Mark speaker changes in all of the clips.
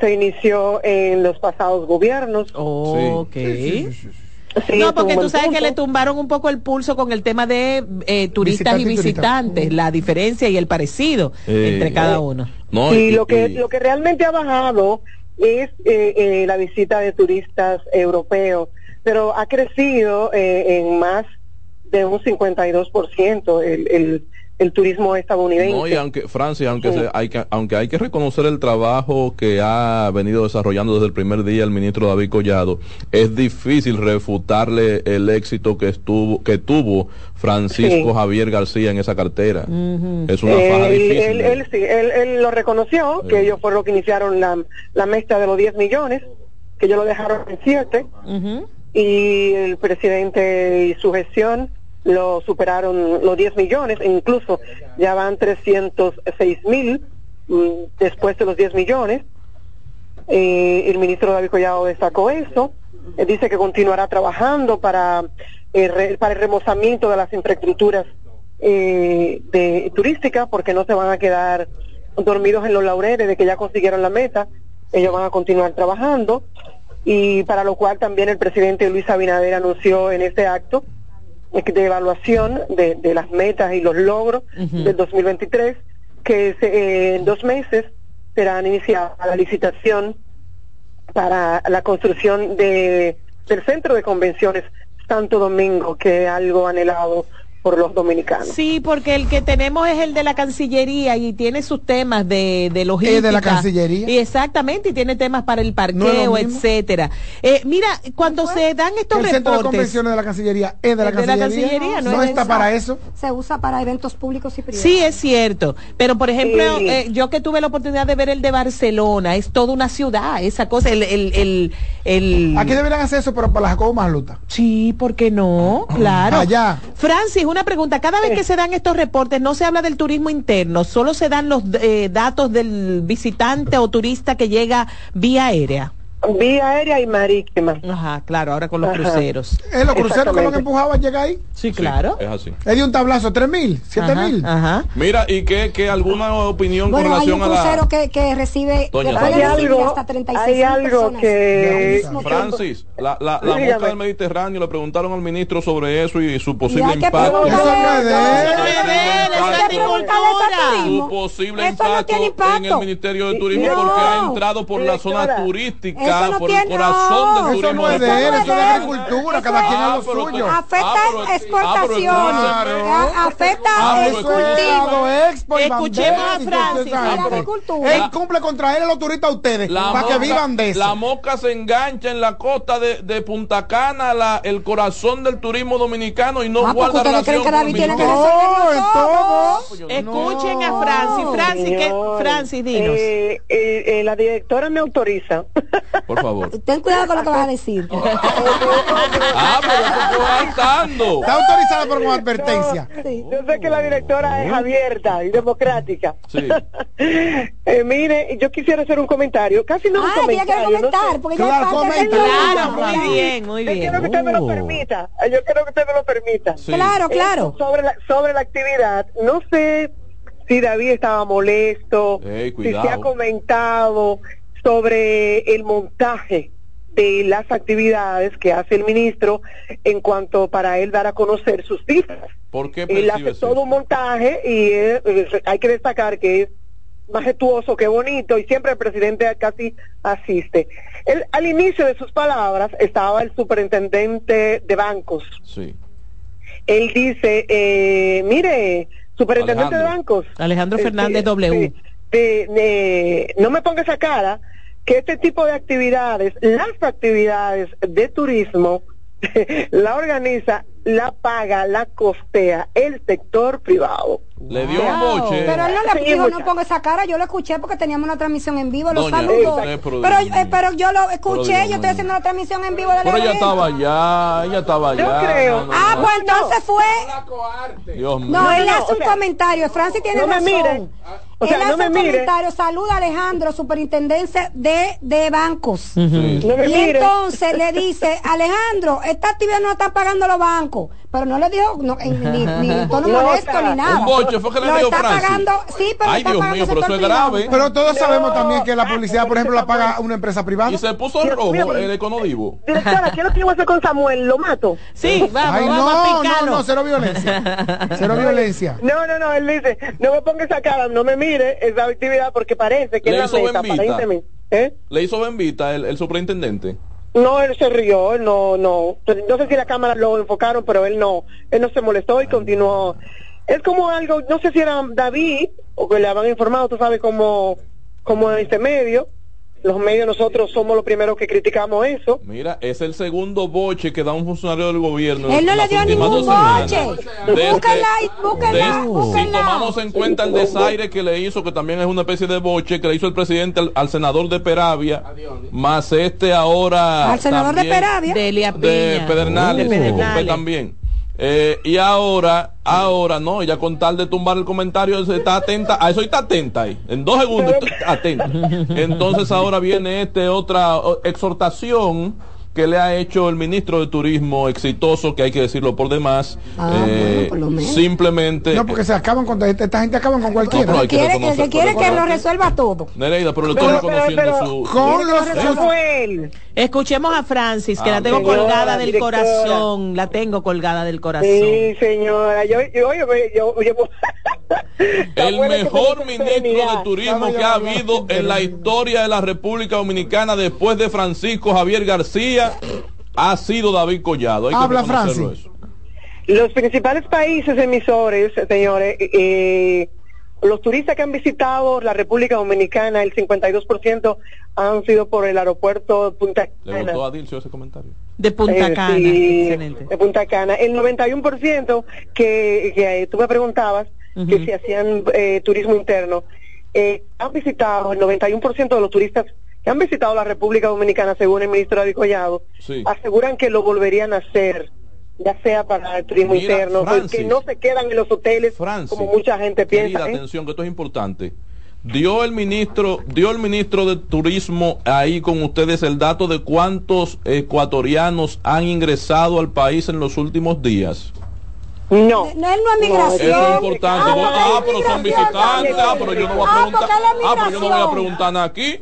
Speaker 1: se inició en los pasados gobiernos.
Speaker 2: Ok.
Speaker 3: Sí, sí, sí, sí.
Speaker 1: Sí,
Speaker 2: no, porque
Speaker 1: tuvo
Speaker 2: tú
Speaker 1: el
Speaker 2: sabes que
Speaker 1: punto.
Speaker 2: le tumbaron un poco el pulso con el tema de eh, turistas y
Speaker 3: Visitantes y turistas.
Speaker 2: visitantes, la diferencia y el parecido
Speaker 4: Eh,
Speaker 2: entre cada uno.
Speaker 4: No,
Speaker 1: y,
Speaker 4: y-
Speaker 1: lo que
Speaker 4: y-
Speaker 1: lo que realmente ha bajado es eh, eh, la visita de turistas europeos, pero ha crecido eh, en más de un 52% el, el, el turismo estadounidense.
Speaker 4: No, y aunque, Francis, aunque,
Speaker 1: Sí.
Speaker 4: se- hay que, aunque hay que reconocer el trabajo que ha venido desarrollando desde el primer día el ministro David Collado, es difícil refutarle el éxito que estuvo que tuvo Francisco
Speaker 1: Sí.
Speaker 4: Javier García en esa cartera.
Speaker 2: Ujú.
Speaker 4: Es una faja
Speaker 1: Él,
Speaker 4: difícil.
Speaker 1: él,
Speaker 4: ¿eh?
Speaker 1: él sí, él, él lo reconoció,
Speaker 4: Sí.
Speaker 1: que ellos fueron los que iniciaron la, la mezcla de los 10 millones, que ellos lo dejaron en 7,
Speaker 2: Ujú.
Speaker 1: y el presidente y su gestión lo superaron los 10 millones, e incluso ya van 306 mil mm, después de los 10 millones. Eh, el ministro David Collado destacó eso. Eh, dice que continuará trabajando para, eh, re- para el remozamiento de las infraestructuras eh, de, turísticas, porque no se van a quedar dormidos en los laureles de que ya consiguieron la meta. Ellos van a continuar trabajando. Y para lo cual también el presidente Luis Abinader anunció en este acto eh, de evaluación de, de las metas y los logros
Speaker 2: Ujú.
Speaker 1: del 2023, que se- eh, en dos meses serán iniciada la licitación para la construcción de, del centro de convenciones Santo Domingo, que es algo anhelado por los dominicanos.
Speaker 2: Sí, porque el que tenemos es el de la Cancillería y tiene sus temas de, de logística.
Speaker 3: de la Cancillería.
Speaker 2: Y exactamente, y tiene temas para el parqueo,
Speaker 3: mismo.
Speaker 2: etcétera. Eh, mira, cuando se dan estos
Speaker 3: el centro de
Speaker 2: reportes,
Speaker 3: convenciones de la Cancillería es de la
Speaker 2: Es de la
Speaker 3: Cancillería.
Speaker 2: Cancillería, no
Speaker 3: no,
Speaker 2: es de
Speaker 3: está
Speaker 2: esa.
Speaker 3: para eso.
Speaker 5: Se usa para eventos públicos y privados.
Speaker 2: Sí, es cierto. Pero, por ejemplo,
Speaker 1: Sí.
Speaker 2: eh, yo que tuve la oportunidad de ver el de Barcelona, es toda una ciudad, esa cosa, el... el, el, el-
Speaker 3: Aquí deberían hacer eso, pero para la Jacobo Marluta.
Speaker 2: Sí, ¿por qué no? Claro.
Speaker 3: Allá.
Speaker 2: Francis, una pregunta. Cada vez
Speaker 1: Sí.
Speaker 2: que se dan estos reportes, no se habla del turismo interno, solo se dan los eh, datos del visitante o turista que llega vía aérea.
Speaker 1: Vía aérea y marítima.
Speaker 2: Ajá, claro, ahora con los
Speaker 1: Ajá.
Speaker 2: cruceros.
Speaker 3: Es los cruceros que lo
Speaker 1: Exactamente.
Speaker 3: que empujaba a llegar ahí.
Speaker 2: Sí,
Speaker 4: Sí,
Speaker 2: claro.
Speaker 4: Es así.
Speaker 3: Es de un tablazo, tres mil, siete
Speaker 2: Ajá,
Speaker 3: mil.
Speaker 2: Ajá.
Speaker 4: Mira, y que, que alguna opinión
Speaker 5: Bueno,
Speaker 4: con
Speaker 5: hay un
Speaker 4: relación a la...
Speaker 5: crucero que, que recibe,
Speaker 4: Doña
Speaker 5: que
Speaker 4: Hay
Speaker 5: puede recibir
Speaker 1: algo-
Speaker 5: hasta 36
Speaker 1: hay algo
Speaker 5: personas.
Speaker 1: que-
Speaker 5: Al mismo tiempo.
Speaker 4: Francis, la, la, la
Speaker 1: Dígame.
Speaker 4: mosca del Mediterráneo, le preguntaron al ministro sobre eso y su posible
Speaker 5: hay que
Speaker 4: impacto.
Speaker 3: Eso no es de él.
Speaker 5: no es de él, eso es
Speaker 4: Hay que
Speaker 5: agricultura.
Speaker 2: preguntarle eso a
Speaker 4: su
Speaker 5: turismo.
Speaker 4: posible
Speaker 5: Eso no
Speaker 4: impacto,
Speaker 5: tiene
Speaker 4: en
Speaker 5: impacto.
Speaker 4: el Ministerio de
Speaker 1: Y-
Speaker 4: Turismo
Speaker 5: no.
Speaker 4: porque ha entrado por la zona
Speaker 1: Directora,
Speaker 4: turística,
Speaker 5: eso no
Speaker 4: Ah, por el
Speaker 5: tiene-
Speaker 4: corazón
Speaker 5: no.
Speaker 4: del
Speaker 3: Eso
Speaker 4: turismo.
Speaker 3: no es de él, eso es de
Speaker 5: Ah,
Speaker 3: agricultura,
Speaker 5: eso
Speaker 3: cada quien
Speaker 4: es-
Speaker 3: a lo
Speaker 4: Ah, pero
Speaker 3: suyo.
Speaker 4: tú-
Speaker 5: Afecta
Speaker 4: Ah, pero-
Speaker 5: exportación,
Speaker 4: ah, pero tú-
Speaker 5: a- afecta
Speaker 4: Ah,
Speaker 5: el
Speaker 4: pero tú-
Speaker 3: Eso es
Speaker 5: cultivo.
Speaker 3: Lado Expo y
Speaker 2: Escuchemos
Speaker 3: bandera
Speaker 2: a
Speaker 3: y
Speaker 2: Francis.
Speaker 3: toda esa
Speaker 5: Y la
Speaker 3: gente.
Speaker 5: agricultura.
Speaker 3: Él cumple con traerle a los turistas a ustedes
Speaker 4: La
Speaker 3: para que
Speaker 4: mosca-
Speaker 3: vivan de eso.
Speaker 4: La mosca se engancha en la costa de, de Punta Cana, la- el corazón del turismo dominicano y no
Speaker 5: Ah, porque
Speaker 4: guarda
Speaker 5: ustedes creen
Speaker 4: relación
Speaker 5: que
Speaker 4: con
Speaker 5: David
Speaker 4: el
Speaker 5: tiene que
Speaker 4: ministro.
Speaker 3: no,
Speaker 5: resolverlo
Speaker 3: en
Speaker 5: todo.
Speaker 3: todo.
Speaker 2: Escuchen a
Speaker 3: No.
Speaker 2: Francis. Francis, ¿qué?
Speaker 1: Señor,
Speaker 2: Francis, dinos.
Speaker 1: eh, eh, eh, la directora me autoriza.
Speaker 4: Por favor.
Speaker 5: Ten cuidado con lo que vas a decir.
Speaker 4: Ah, pero eso fue saltando.
Speaker 3: Está autorizada por una advertencia.
Speaker 5: Sí.
Speaker 1: Yo sé que la directora es abierta y democrática.
Speaker 4: Sí.
Speaker 1: Eh, mire, yo quisiera hacer un comentario, casi no un
Speaker 5: Ah, tiene que
Speaker 1: comentario. no sé.
Speaker 5: comentar, porque ya
Speaker 3: Claro,
Speaker 5: es parte del
Speaker 3: comenta.
Speaker 2: Claro,
Speaker 5: programa.
Speaker 2: muy bien, muy
Speaker 1: Yo
Speaker 2: bien.
Speaker 1: quiero que usted me lo
Speaker 4: Oh.
Speaker 1: permita. eh, Yo quiero que usted me lo permita.
Speaker 4: Sí.
Speaker 5: Claro, claro.
Speaker 1: Eso Sobre la, sobre la actividad, no sé si David estaba molesto,
Speaker 4: Ey,
Speaker 1: si
Speaker 4: cuidado.
Speaker 1: se ha comentado sobre el montaje de las actividades que hace el ministro en cuanto para él dar a conocer sus cifras.
Speaker 4: ¿Por qué
Speaker 1: Él hace
Speaker 4: percibes
Speaker 1: todo
Speaker 4: eso?
Speaker 1: un montaje y eh, eh, hay que destacar que es majestuoso, que bonito, y siempre el presidente casi asiste. Él, al inicio de sus palabras estaba el superintendente de bancos.
Speaker 4: Sí.
Speaker 1: Él dice, eh, mire, superintendente de
Speaker 4: Alejandro.
Speaker 1: bancos.
Speaker 2: Alejandro
Speaker 1: eh,
Speaker 2: Fernández
Speaker 1: eh,
Speaker 2: W.
Speaker 1: sí, de- de- no me ponga esa cara que este tipo de actividades, las actividades de turismo, la organiza, la paga, la costea el sector privado.
Speaker 4: Le dio un
Speaker 2: Wow.
Speaker 4: boche.
Speaker 5: Pero él no le
Speaker 1: Sí,
Speaker 5: dijo, no
Speaker 1: muchacha.
Speaker 5: ponga esa cara, yo lo escuché porque teníamos una transmisión en vivo, lo
Speaker 4: Doña,
Speaker 5: saludó.
Speaker 4: usted, pero
Speaker 5: Pero,
Speaker 4: Dios
Speaker 5: eh,
Speaker 4: mío.
Speaker 5: pero yo lo
Speaker 4: Pero Dios
Speaker 5: escuché, yo
Speaker 4: mío.
Speaker 5: estoy haciendo una transmisión en vivo del
Speaker 4: Pero ella
Speaker 5: evento.
Speaker 4: estaba allá, ella estaba allá.
Speaker 1: creo.
Speaker 4: No, no,
Speaker 5: Ah,
Speaker 4: no.
Speaker 5: pues entonces fue
Speaker 4: Dios mío.
Speaker 5: No, él
Speaker 1: no,
Speaker 5: hace
Speaker 1: o
Speaker 5: un
Speaker 1: sea,
Speaker 5: comentario. Francis tiene
Speaker 1: no me
Speaker 5: razón.
Speaker 1: mire. O sea,
Speaker 5: él
Speaker 1: no
Speaker 5: hace
Speaker 1: me
Speaker 5: un
Speaker 1: mire.
Speaker 5: comentario. Saluda a Alejandro, superintendencia de, de bancos.
Speaker 4: Sí.
Speaker 1: No me
Speaker 5: Y
Speaker 1: mire.
Speaker 5: entonces le dice, Alejandro, esta actividad no la están pagando los bancos. Pero no le dijo no, en- ni, ni en tono
Speaker 1: No,
Speaker 5: molesto
Speaker 1: cara.
Speaker 5: ni nada.
Speaker 4: Un boche, fue que le
Speaker 5: Lo
Speaker 4: dio
Speaker 5: está
Speaker 4: Francis.
Speaker 5: pagando, sí, pero
Speaker 4: Ay,
Speaker 5: está
Speaker 4: Dios
Speaker 5: pagando
Speaker 4: mío, pero
Speaker 5: sector
Speaker 4: eso es grave.
Speaker 5: privado.
Speaker 3: Pero todos
Speaker 1: No.
Speaker 3: sabemos también que la publicidad, por ejemplo, la paga una empresa privada.
Speaker 4: Y se puso
Speaker 1: Dios mío,
Speaker 4: rojo
Speaker 1: pero-
Speaker 4: el econodivo.
Speaker 1: Directora, ¿qué es lo que yo voy a hacer con Samuel? ¿Lo mato?
Speaker 2: Sí, vamos,
Speaker 3: Ay,
Speaker 2: vamos a
Speaker 3: no, no,
Speaker 2: picarlo.
Speaker 3: no, cero violencia. Cero violencia.
Speaker 1: No, no, no, él dice, no me ponga esa cara, no me mire esa actividad porque parece que
Speaker 4: Le
Speaker 1: es
Speaker 4: hizo
Speaker 1: la meta,
Speaker 4: bembita.
Speaker 1: aparentemente. ¿Eh?
Speaker 4: Le hizo bendita el, el superintendente.
Speaker 1: No, él se rió, él no, no. No sé si la cámara lo enfocaron, pero él no, él no se molestó y continuó. Es como algo, no sé si era David o que le habían informado, tú sabes, como, como en este medio. Los medios nosotros somos los primeros que criticamos eso.
Speaker 4: Mira, es el segundo boche que da un funcionario del gobierno.
Speaker 5: Él no le
Speaker 4: en las
Speaker 5: dio
Speaker 4: últimas
Speaker 5: ningún
Speaker 4: dos semanas.
Speaker 5: boche.
Speaker 4: Desde-
Speaker 5: Búscala, y- búscala,
Speaker 4: desde- Este, Si
Speaker 5: búscala.
Speaker 4: tomamos en cuenta el desaire que le hizo, que también es una especie de boche que le hizo el presidente al, al senador de Peravia, más este ahora.
Speaker 5: Al senador de
Speaker 4: también-
Speaker 5: Peravia.
Speaker 2: Ah, Delia
Speaker 4: de
Speaker 2: Piña.
Speaker 4: eh, Pedernales,
Speaker 2: De
Speaker 4: de Coupé
Speaker 2: Pedernales.
Speaker 4: también. Eh, y ahora, ahora no, ya con tal de tumbar el comentario, se está atenta, a eso está atenta ahí, en dos segundos está atenta. Entonces ahora viene este otra o, exhortación que le ha hecho el ministro de Turismo exitoso, que hay que decirlo por demás, eh,
Speaker 5: Ah, bueno, por lo menos.
Speaker 4: simplemente... eh,
Speaker 3: No, porque se acaban con esta, esta gente acaban con cualquiera.
Speaker 4: No, pero
Speaker 5: Que
Speaker 4: hay que
Speaker 5: quiere, que,
Speaker 4: reconocer-
Speaker 5: quiere que
Speaker 4: reconocer-
Speaker 5: lo resuelva todo.
Speaker 4: Nereida, pero le estoy
Speaker 1: Pero, pero,
Speaker 4: reconociendo
Speaker 1: pero-
Speaker 4: su-
Speaker 3: Con los
Speaker 1: Samuel.
Speaker 2: Escuchemos a Francis, que
Speaker 4: Ah,
Speaker 2: la tengo
Speaker 1: señora,
Speaker 2: colgada del
Speaker 1: directora.
Speaker 2: corazón. La tengo colgada del corazón.
Speaker 1: Sí, señora, yo, yo, yo, yo, yo-
Speaker 4: El
Speaker 1: Samuel es que
Speaker 4: mejor
Speaker 1: tiene
Speaker 4: ministro de
Speaker 1: serenidad.
Speaker 4: turismo que ha habido en la historia de la República Dominicana después de Francisco Javier García ha sido David Collado. Hay que
Speaker 3: Habla,
Speaker 4: reconocerlo
Speaker 3: Francis.
Speaker 4: eso.
Speaker 1: Los principales países emisores, señores, eh, los turistas que han visitado la República Dominicana, el 52% han sido por el aeropuerto Punta
Speaker 4: Le
Speaker 1: Cana.
Speaker 4: gustó a Dilcio ese comentario.
Speaker 2: De Punta
Speaker 1: Eh,
Speaker 2: Cana.
Speaker 1: sí,
Speaker 2: Excelente.
Speaker 1: de Punta Cana. El 91% que, que eh, tú me preguntabas que
Speaker 2: Ujú.
Speaker 1: si hacían eh, turismo interno, eh, han visitado, el 91% de los turistas que han visitado la República Dominicana, según el ministro David Collado,
Speaker 4: Sí.
Speaker 1: aseguran que lo volverían a hacer ya sea para el turismo
Speaker 4: Mira,
Speaker 1: interno,
Speaker 4: Francis.
Speaker 1: porque no se quedan en los hoteles
Speaker 4: Francis,
Speaker 1: como mucha gente
Speaker 4: querida,
Speaker 1: piensa. ¿eh?
Speaker 4: atención, que esto es importante. Dio el ministro, dio el ministro de Turismo ahí con ustedes el dato de cuántos ecuatorianos han ingresado al país en los últimos días.
Speaker 1: No.
Speaker 5: No, él no es migración.
Speaker 4: Eso es
Speaker 5: Ah,
Speaker 4: importante. Vos-
Speaker 5: porque
Speaker 4: Ah,
Speaker 5: es
Speaker 4: pero
Speaker 5: migración.
Speaker 4: son visitantes. Ah, pero yo no voy a
Speaker 5: Ah,
Speaker 4: preguntar.
Speaker 5: porque él es
Speaker 4: Ah, pero yo no voy a
Speaker 5: migración.
Speaker 4: preguntar nada aquí.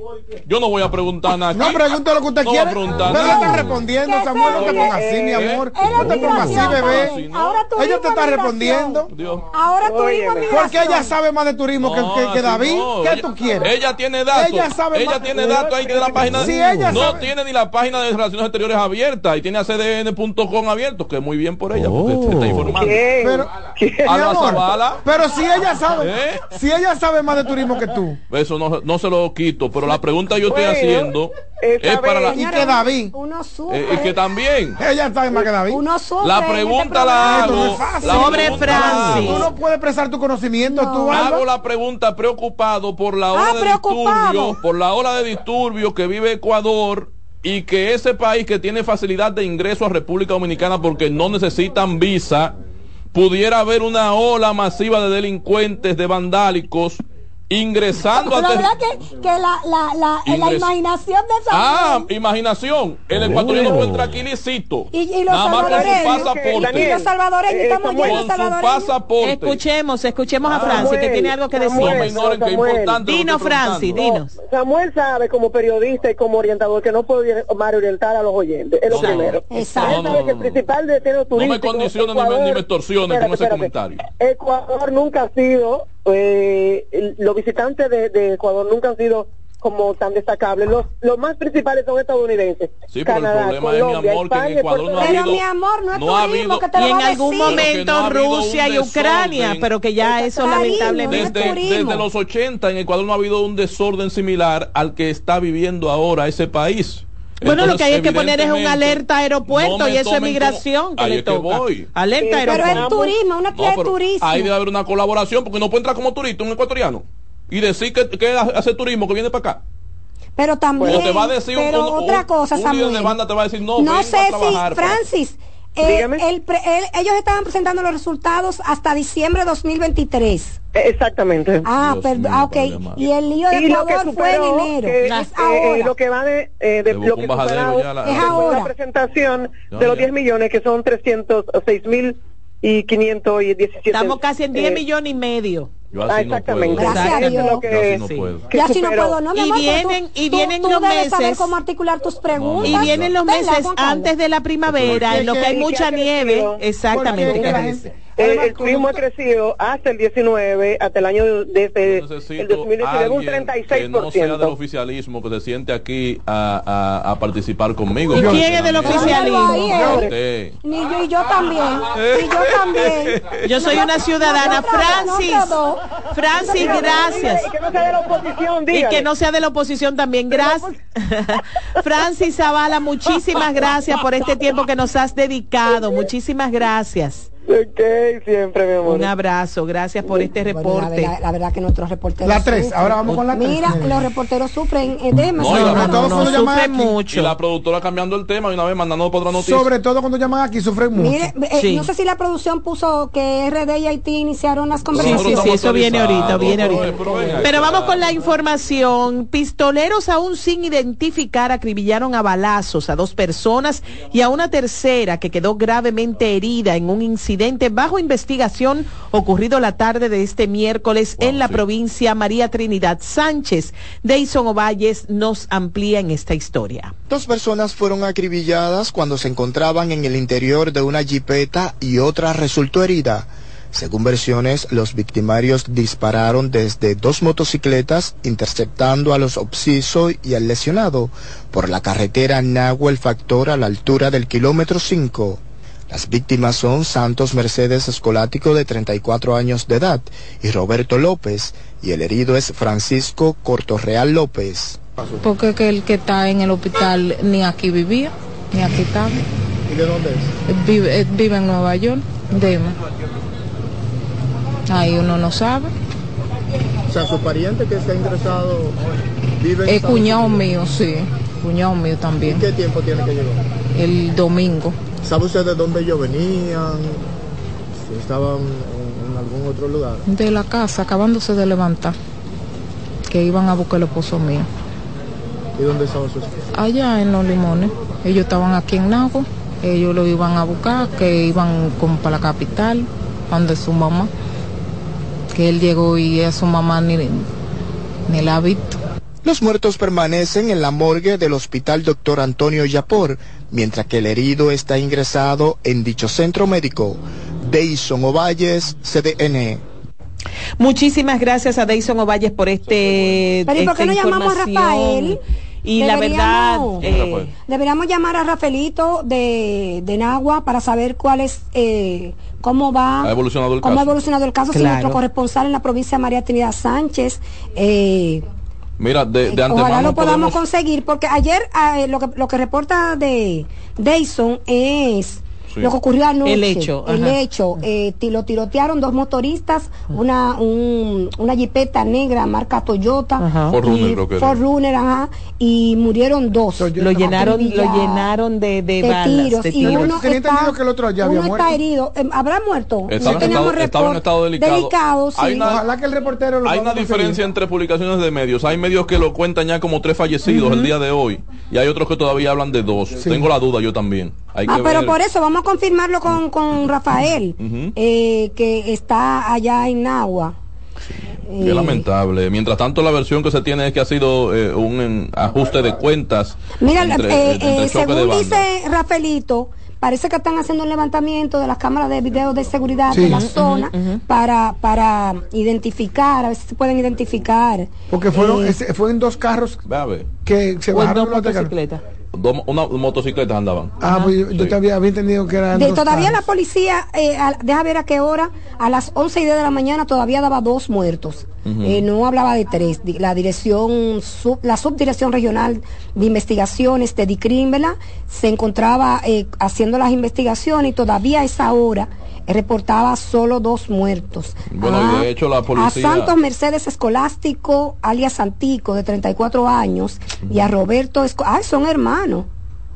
Speaker 4: Yo no voy a preguntar nada aquí.
Speaker 3: No pregunte lo que usted
Speaker 4: No
Speaker 3: quiere.
Speaker 4: va a
Speaker 3: Pero
Speaker 4: preguntar
Speaker 3: le
Speaker 4: nada.
Speaker 3: está respondiendo,
Speaker 5: Que
Speaker 3: Samuel.
Speaker 5: se
Speaker 3: No te pongas
Speaker 1: oye,
Speaker 3: así, mi
Speaker 1: eh,
Speaker 3: amor.
Speaker 5: Él es
Speaker 3: No te pongas así,
Speaker 5: migración,
Speaker 3: bebé.
Speaker 5: también. Ahora tú
Speaker 3: Ella te está respondiendo.
Speaker 4: Dios.
Speaker 5: Ahora tú
Speaker 1: Óyeme.
Speaker 5: mismo
Speaker 3: Porque ella sabe más de turismo que,
Speaker 4: No,
Speaker 3: que- que
Speaker 4: así
Speaker 3: David.
Speaker 4: no.
Speaker 3: ¿Qué
Speaker 4: Ella-
Speaker 3: tú quieres?
Speaker 4: Ella tiene datos.
Speaker 3: Ella sabe más-
Speaker 4: tiene datos ahí de la página.
Speaker 3: Sí, ella
Speaker 4: no
Speaker 3: sabe.
Speaker 4: tiene ni la página de Relaciones Exteriores abierta y tiene a cdn.com abierto, que muy bien por ella, porque se está informando.
Speaker 1: ¿Quién?
Speaker 3: Oh. Pero-
Speaker 1: ¿Quién?
Speaker 4: A
Speaker 3: Mi
Speaker 4: la
Speaker 3: amor,
Speaker 4: Zavala.
Speaker 3: Pero si ella sabe,
Speaker 4: ¿Eh?
Speaker 3: si ella sabe más de turismo que tú.
Speaker 4: Eso no, no se lo quito, pero la pregunta que yo estoy
Speaker 1: Bueno,
Speaker 4: haciendo
Speaker 1: esa
Speaker 4: es para la.
Speaker 3: vez- Y que David.
Speaker 5: Uno sufre.
Speaker 4: eh, y que también.
Speaker 3: Ella sabe más que David.
Speaker 5: uno sufre. en
Speaker 4: La
Speaker 5: este
Speaker 4: pregunta
Speaker 5: programa.
Speaker 4: la
Speaker 3: Esto no
Speaker 4: hago.
Speaker 3: es fácil.
Speaker 4: la
Speaker 2: Sobre
Speaker 4: pregunta
Speaker 3: Ah,
Speaker 4: la hago.
Speaker 3: Tú no puedes expresar tu conocimiento,
Speaker 5: No.
Speaker 3: tú
Speaker 4: Hago
Speaker 3: algo.
Speaker 4: la pregunta preocupado por la ola
Speaker 5: Ah,
Speaker 4: de
Speaker 5: preocupado.
Speaker 4: disturbio, por la ola de disturbio que vive Ecuador y que ese país que tiene facilidad de ingreso a República Dominicana porque no necesitan visa, pudiera haber una ola masiva de delincuentes, de vandálicos ingresando
Speaker 5: Pero
Speaker 4: a
Speaker 5: la
Speaker 4: ter-
Speaker 5: verdad que, que la, la, la, la
Speaker 4: Ingres-
Speaker 5: imaginación de Samuel.
Speaker 4: Ah, imaginación. El ecuatoriano
Speaker 6: Oh.
Speaker 4: encuentra aquí licito.
Speaker 5: Y- y los
Speaker 4: nada más con su
Speaker 5: salvadoreños,
Speaker 1: que
Speaker 4: pasaporte.
Speaker 5: y
Speaker 1: Daniel,
Speaker 5: los salvadoreños
Speaker 1: Eh,
Speaker 5: estamos
Speaker 1: Samuel.
Speaker 5: llenos de
Speaker 4: con su
Speaker 5: salvadoreños.
Speaker 4: pasaporte.
Speaker 2: Escuchemos, escuchemos a
Speaker 4: Ah,
Speaker 2: Francis, que
Speaker 1: Samuel,
Speaker 2: tiene algo que
Speaker 4: No
Speaker 1: Samuel,
Speaker 4: me
Speaker 2: decir.
Speaker 4: ignoren, que es
Speaker 1: Samuel.
Speaker 4: importante. lo que
Speaker 2: Dino,
Speaker 4: estoy preguntando.
Speaker 2: Francis, dinos.
Speaker 1: Samuel sabe como periodista y como orientador que no puede mal orientar a los oyentes. Es lo
Speaker 4: No, no,
Speaker 1: primero.
Speaker 5: no. Exacto.
Speaker 1: Él sabe
Speaker 4: No, no,
Speaker 1: que el
Speaker 4: no,
Speaker 1: principal destino
Speaker 4: me
Speaker 1: turístico.
Speaker 4: condiciones, no me- ni me extorsiones con ese comentario.
Speaker 1: Ecuador nunca ha sido, eh, el- los visitantes de, de Ecuador nunca han sido como tan destacables. Los, los más principales son estadounidenses.
Speaker 4: Sí, pero el problema es, mi amor, que en
Speaker 1: España,
Speaker 4: Ecuador
Speaker 1: Puerto
Speaker 4: no ha
Speaker 1: Rico.
Speaker 5: Pero
Speaker 4: habido-
Speaker 5: mi amor, no es
Speaker 4: no ha
Speaker 5: turismo
Speaker 4: habido-
Speaker 5: que te lo
Speaker 2: Y en
Speaker 5: va a
Speaker 2: algún
Speaker 5: decir.
Speaker 2: momento
Speaker 4: Pero que no ha habido
Speaker 2: Rusia
Speaker 4: un
Speaker 2: y Ucrania,
Speaker 4: desorden.
Speaker 2: pero que ya eso
Speaker 5: Cariño,
Speaker 2: lamentablemente...
Speaker 5: no es
Speaker 4: Desde,
Speaker 5: turismo.
Speaker 4: desde los 80 en Ecuador no ha habido un desorden similar al que está viviendo ahora ese país.
Speaker 2: Bueno, lo que hay es que poner es un
Speaker 4: evidentemente,
Speaker 2: alerta aeropuerto
Speaker 4: no me
Speaker 2: y eso es
Speaker 4: tomen como-
Speaker 2: migración que
Speaker 4: Ahí
Speaker 2: le
Speaker 4: es que
Speaker 2: toca.
Speaker 4: voy.
Speaker 2: Alerta
Speaker 1: Sí,
Speaker 5: Pero
Speaker 2: aeropuerto.
Speaker 5: es turismo, una
Speaker 4: No,
Speaker 5: actividad de
Speaker 4: pero
Speaker 5: turismo.
Speaker 4: ahí debe haber una colaboración porque no puede entrar como turista un ecuatoriano y decir que, que hace turismo que viene para acá.
Speaker 5: Pero también,
Speaker 4: O te va a decir un-
Speaker 5: pero
Speaker 4: un-
Speaker 5: otra
Speaker 4: un-
Speaker 5: cosa,
Speaker 4: un líder
Speaker 5: Samuel.
Speaker 4: de banda te va a decir, no, vengo a
Speaker 5: sé si,
Speaker 4: trabajar para-
Speaker 5: Francis, eh,
Speaker 1: Dígame.
Speaker 5: el pre- el- ellos estaban presentando los resultados hasta diciembre de 2023.
Speaker 1: Eh, Exactamente.
Speaker 5: Ah,
Speaker 4: Dios
Speaker 5: perdón,
Speaker 4: mío,
Speaker 5: ah, ok.
Speaker 4: Padre amado.
Speaker 5: Y el lío de
Speaker 1: y lo que
Speaker 5: Ecuador fue en
Speaker 1: superó,
Speaker 5: enero.
Speaker 1: que,
Speaker 5: es
Speaker 1: eh,
Speaker 5: ahora.
Speaker 1: lo que va de, eh, de
Speaker 4: Le busco
Speaker 1: lo que
Speaker 4: un bajadero
Speaker 1: superó
Speaker 4: ya a la-
Speaker 5: Es
Speaker 1: fue
Speaker 5: ahora.
Speaker 1: la presentación
Speaker 4: No,
Speaker 1: de los
Speaker 4: ya.
Speaker 1: 10 millones, que son 306 mil y 517.
Speaker 2: Estamos casi en 10
Speaker 1: eh,
Speaker 2: millones y medio.
Speaker 4: Yo así
Speaker 1: Ah,
Speaker 4: no puedo.
Speaker 1: exactamente.
Speaker 5: Gracias a
Speaker 4: Yo
Speaker 5: Dios.
Speaker 1: Eso es lo que-
Speaker 4: así no
Speaker 2: Sí.
Speaker 4: puedo.
Speaker 1: que
Speaker 5: ya si no
Speaker 1: superó.
Speaker 5: puedo, no, mi
Speaker 2: Y
Speaker 5: amor, pero
Speaker 2: vienen-
Speaker 5: tú-
Speaker 2: y
Speaker 5: tú-
Speaker 2: vienen
Speaker 5: tú
Speaker 2: los
Speaker 5: debes saber
Speaker 2: meses.
Speaker 5: cómo articular tus preguntas.
Speaker 2: Y
Speaker 4: No,
Speaker 2: vienen los
Speaker 5: ¿Verdad,
Speaker 2: meses
Speaker 5: Juan Carlos?
Speaker 2: antes de la primavera, en lo que hay
Speaker 3: Y
Speaker 1: que
Speaker 2: mucha
Speaker 1: ha
Speaker 2: nieve.
Speaker 1: crecido,
Speaker 2: Exactamente.
Speaker 3: porque
Speaker 2: ¿qué
Speaker 3: la
Speaker 2: dice?
Speaker 3: gente-
Speaker 1: Eh,
Speaker 3: Además,
Speaker 1: el turismo ha
Speaker 3: cuando-
Speaker 1: crecido hasta el 19, hasta el año desde
Speaker 4: Yo
Speaker 1: el
Speaker 4: necesito
Speaker 1: 2019, un
Speaker 4: alguien que no sea del
Speaker 1: 36%.
Speaker 4: oficialismo que pues, se siente aquí a, a- a participar conmigo.
Speaker 2: ¿Y
Speaker 4: Yo-
Speaker 2: quién es del
Speaker 4: Yo-
Speaker 2: oficialismo?
Speaker 4: Yo-
Speaker 5: Yo-
Speaker 4: Usted.
Speaker 5: Ni yo y yo también. Y yo también.
Speaker 2: Yo soy una ciudadana.
Speaker 5: Nosotros dos,
Speaker 2: Francis,
Speaker 5: nosotros
Speaker 2: Francis, gracias.
Speaker 1: Y que no sea de la oposición,
Speaker 2: Y
Speaker 1: dígale.
Speaker 2: que no sea de la oposición también. Gracias. Francis Zavala, muchísimas gracias por este tiempo que nos has dedicado. Muchísimas gracias.
Speaker 1: Ok, siempre, mi amor.
Speaker 2: Un abrazo. Gracias por este
Speaker 5: Bueno, la
Speaker 2: reporte.
Speaker 5: verdad- la, verdad que nuestros reporteros.
Speaker 3: La tres,
Speaker 5: sufren. Eh,
Speaker 3: ahora vamos con la tres,
Speaker 5: Mira,
Speaker 3: Mary.
Speaker 5: los reporteros sufren. eh, déjeme
Speaker 4: No,
Speaker 5: hacer
Speaker 4: y
Speaker 5: una
Speaker 4: la verdad-
Speaker 5: nota.
Speaker 3: Todos
Speaker 2: no, no,
Speaker 3: solo llaman
Speaker 2: sufre
Speaker 3: aquí.
Speaker 4: Y
Speaker 2: mucho.
Speaker 4: la productora cambiando el tema y una vez mandando para otra noticia.
Speaker 3: Sobre todo cuando llaman aquí sufren mucho.
Speaker 5: Mire, eh,
Speaker 2: Sí.
Speaker 5: no sé si la producción puso que RD y Haití iniciaron las
Speaker 2: Sí,
Speaker 5: conversaciones.
Speaker 2: sí, sí, eso viene ahorita, viene
Speaker 4: Pero,
Speaker 2: ahorita.
Speaker 4: pero venga
Speaker 2: Pero
Speaker 4: acá.
Speaker 2: vamos con la información. Pistoleros aún sin identificar acribillaron a balazos a dos personas y a una tercera que quedó gravemente herida en un incidente bajo investigación ocurrido la tarde de este miércoles
Speaker 4: Wow,
Speaker 2: en la
Speaker 4: sí.
Speaker 2: provincia María Trinidad Sánchez. Deison Ovalles nos amplía en esta historia.
Speaker 6: Dos personas fueron acribilladas cuando se encontraban en el interior de una jipeta y otra resultó herida. Según versiones, los victimarios dispararon desde dos motocicletas, interceptando a los obsiso y al lesionado por la carretera Nahuel Factor a la altura del kilómetro 5. Las víctimas son Santos Mercedes Escolático de 34 años de edad y Roberto López, y el herido es Francisco Cortorreal López.
Speaker 7: Porque que el que está en el hospital ni aquí vivía, ni aquí estaba.
Speaker 6: ¿Y de dónde es?
Speaker 7: Vive, eh, vive en Nueva York, Dema. Ahí uno no sabe.
Speaker 6: O sea, su pariente que está ingresado vive en
Speaker 7: Es
Speaker 6: Estados
Speaker 7: cuñado
Speaker 6: Unidos.
Speaker 7: mío, sí. Cuñado mío también.
Speaker 6: ¿Qué tiempo tiene que llegar?
Speaker 7: El domingo.
Speaker 6: ¿Sabe usted de dónde ellos venían? Si estaban en, en algún otro lugar.
Speaker 7: De la casa, acabándose de levantar. Que iban a buscar el esposo mío.
Speaker 6: ¿Y dónde estaban sus hijos?
Speaker 7: Allá en Los Limones. Ellos estaban aquí en Nago. Ellos lo iban a buscar, que iban como para la capital, donde su mamá. Que él llegó y a su mamá ni, ni la ha visto.
Speaker 6: Los muertos permanecen en la morgue del Hospital Dr. Antonio Yapor, mientras que el herido está ingresado en dicho centro médico. Deison Ovalles, CDN.
Speaker 2: Muchísimas gracias a Deison Ovalles por este.
Speaker 5: Pero, ¿y por qué
Speaker 2: esta
Speaker 5: no llamamos a
Speaker 2: información.
Speaker 5: Rafael?
Speaker 2: Y la verdad.
Speaker 5: Deberíamos.
Speaker 2: eh,
Speaker 3: pues,
Speaker 4: Rafael.
Speaker 5: Deberíamos llamar a Rafaelito de, de Nagua para saber cuál es, eh, cómo va,
Speaker 4: Ha evolucionado el
Speaker 5: cómo ha
Speaker 4: caso.
Speaker 5: evolucionado el caso. Si
Speaker 2: Claro.
Speaker 5: nuestro corresponsal en la provincia de María Trinidad Sánchez, eh,
Speaker 4: Mira, de, de antemano.
Speaker 5: ojalá lo podamos
Speaker 4: podemos-
Speaker 5: conseguir, porque ayer eh, lo, que, lo que reporta de Dayson es
Speaker 4: Sí.
Speaker 5: lo que ocurrió anoche.
Speaker 2: El hecho,
Speaker 5: El
Speaker 2: ajá.
Speaker 5: hecho. eh, ti- lo tirotearon dos motoristas, una, un- una jipeta negra marca Toyota.
Speaker 2: Ajá.
Speaker 4: Ford Runner,
Speaker 5: y
Speaker 4: creo que era.
Speaker 5: Ford Runner, ajá, y murieron dos.
Speaker 2: Lo llenaron, lo llenaron de, de, balas,
Speaker 5: tiros,
Speaker 2: de
Speaker 5: y
Speaker 2: tiros.
Speaker 5: uno
Speaker 3: Tenía entendido
Speaker 5: está,
Speaker 3: que el otro ya
Speaker 5: uno
Speaker 3: había
Speaker 5: está
Speaker 3: muerto.
Speaker 5: herido, Eh, habrá muerto.
Speaker 4: Estaba en
Speaker 5: tenemos
Speaker 4: estado- estaba en
Speaker 5: report-
Speaker 4: estado delicado.
Speaker 5: delicado, sí.
Speaker 4: Hay una-
Speaker 3: Ojalá que el reportero lo
Speaker 4: Hay una
Speaker 3: podamos conseguir.
Speaker 4: diferencia entre publicaciones de medios. Hay medios que lo cuentan ya como tres fallecidos el día de hoy y hay otros que todavía hablan de dos. Tengo la duda yo también. Hay
Speaker 5: Ah,
Speaker 4: que
Speaker 5: pero
Speaker 4: ver.
Speaker 5: por eso vamos a confirmarlo con, con Rafael,
Speaker 4: Ujú.
Speaker 5: eh, que está allá en Nagua.
Speaker 4: Qué
Speaker 5: Eh,
Speaker 4: lamentable. Mientras tanto, la versión que se tiene es que ha sido eh, un en, ajuste de cuentas.
Speaker 5: Mira,
Speaker 4: entre-
Speaker 5: eh,
Speaker 4: entre
Speaker 5: eh,
Speaker 4: choque de
Speaker 5: según
Speaker 4: bandas.
Speaker 5: dice Rafaelito, parece que están haciendo un levantamiento de las cámaras de video de seguridad de la zona para, para identificar, a ver si se pueden identificar. Eh,
Speaker 3: Porque fueron, ese- fueron dos carros
Speaker 4: Ve a ver.
Speaker 3: que se
Speaker 5: Pues
Speaker 2: O en
Speaker 3: bajaron
Speaker 2: dos
Speaker 3: y lo atacaron.
Speaker 2: motocicletas.
Speaker 4: Dos, mo- una motocicleta andaban.
Speaker 3: Ah, pues yo, yo
Speaker 4: Sí.
Speaker 3: te había, había entendido que eran
Speaker 5: De-
Speaker 3: dos
Speaker 5: todavía la
Speaker 3: carros.
Speaker 5: policía, eh, a- deja ver a qué hora, a las 11 y 10 de la mañana todavía daba dos muertos. Eh, no hablaba de tres. Di- La dirección, sub- la subdirección regional de investigaciones de DICRIM, ¿verdad? Se encontraba eh, haciendo las investigaciones y todavía a esa hora eh, reportaba solo dos muertos.
Speaker 4: Bueno,
Speaker 5: Ah,
Speaker 4: y de hecho la
Speaker 5: A
Speaker 4: policía-
Speaker 5: Santos Mercedes Escolástico, alias Santico, de 34 años, y a Roberto Esco... ¡Ay, son hermanos!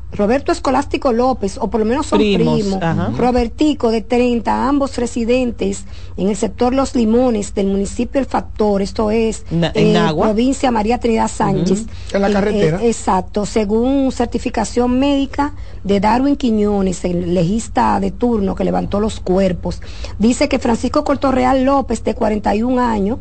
Speaker 5: Roberto Escolástico López, o por lo menos son primos,
Speaker 2: Primos, ajá.
Speaker 5: Robertico de 30, ambos residentes en el sector Los Limones del municipio El Factor, esto es eh,
Speaker 2: Na- en Nagua.
Speaker 5: provincia María Trinidad Sánchez.
Speaker 3: En la
Speaker 5: Eh, eh,
Speaker 3: carretera.
Speaker 5: exacto, según certificación médica de Darwin Quiñones, el legista de turno que levantó los cuerpos, dice que Francisco Cortorreal López, de 41 años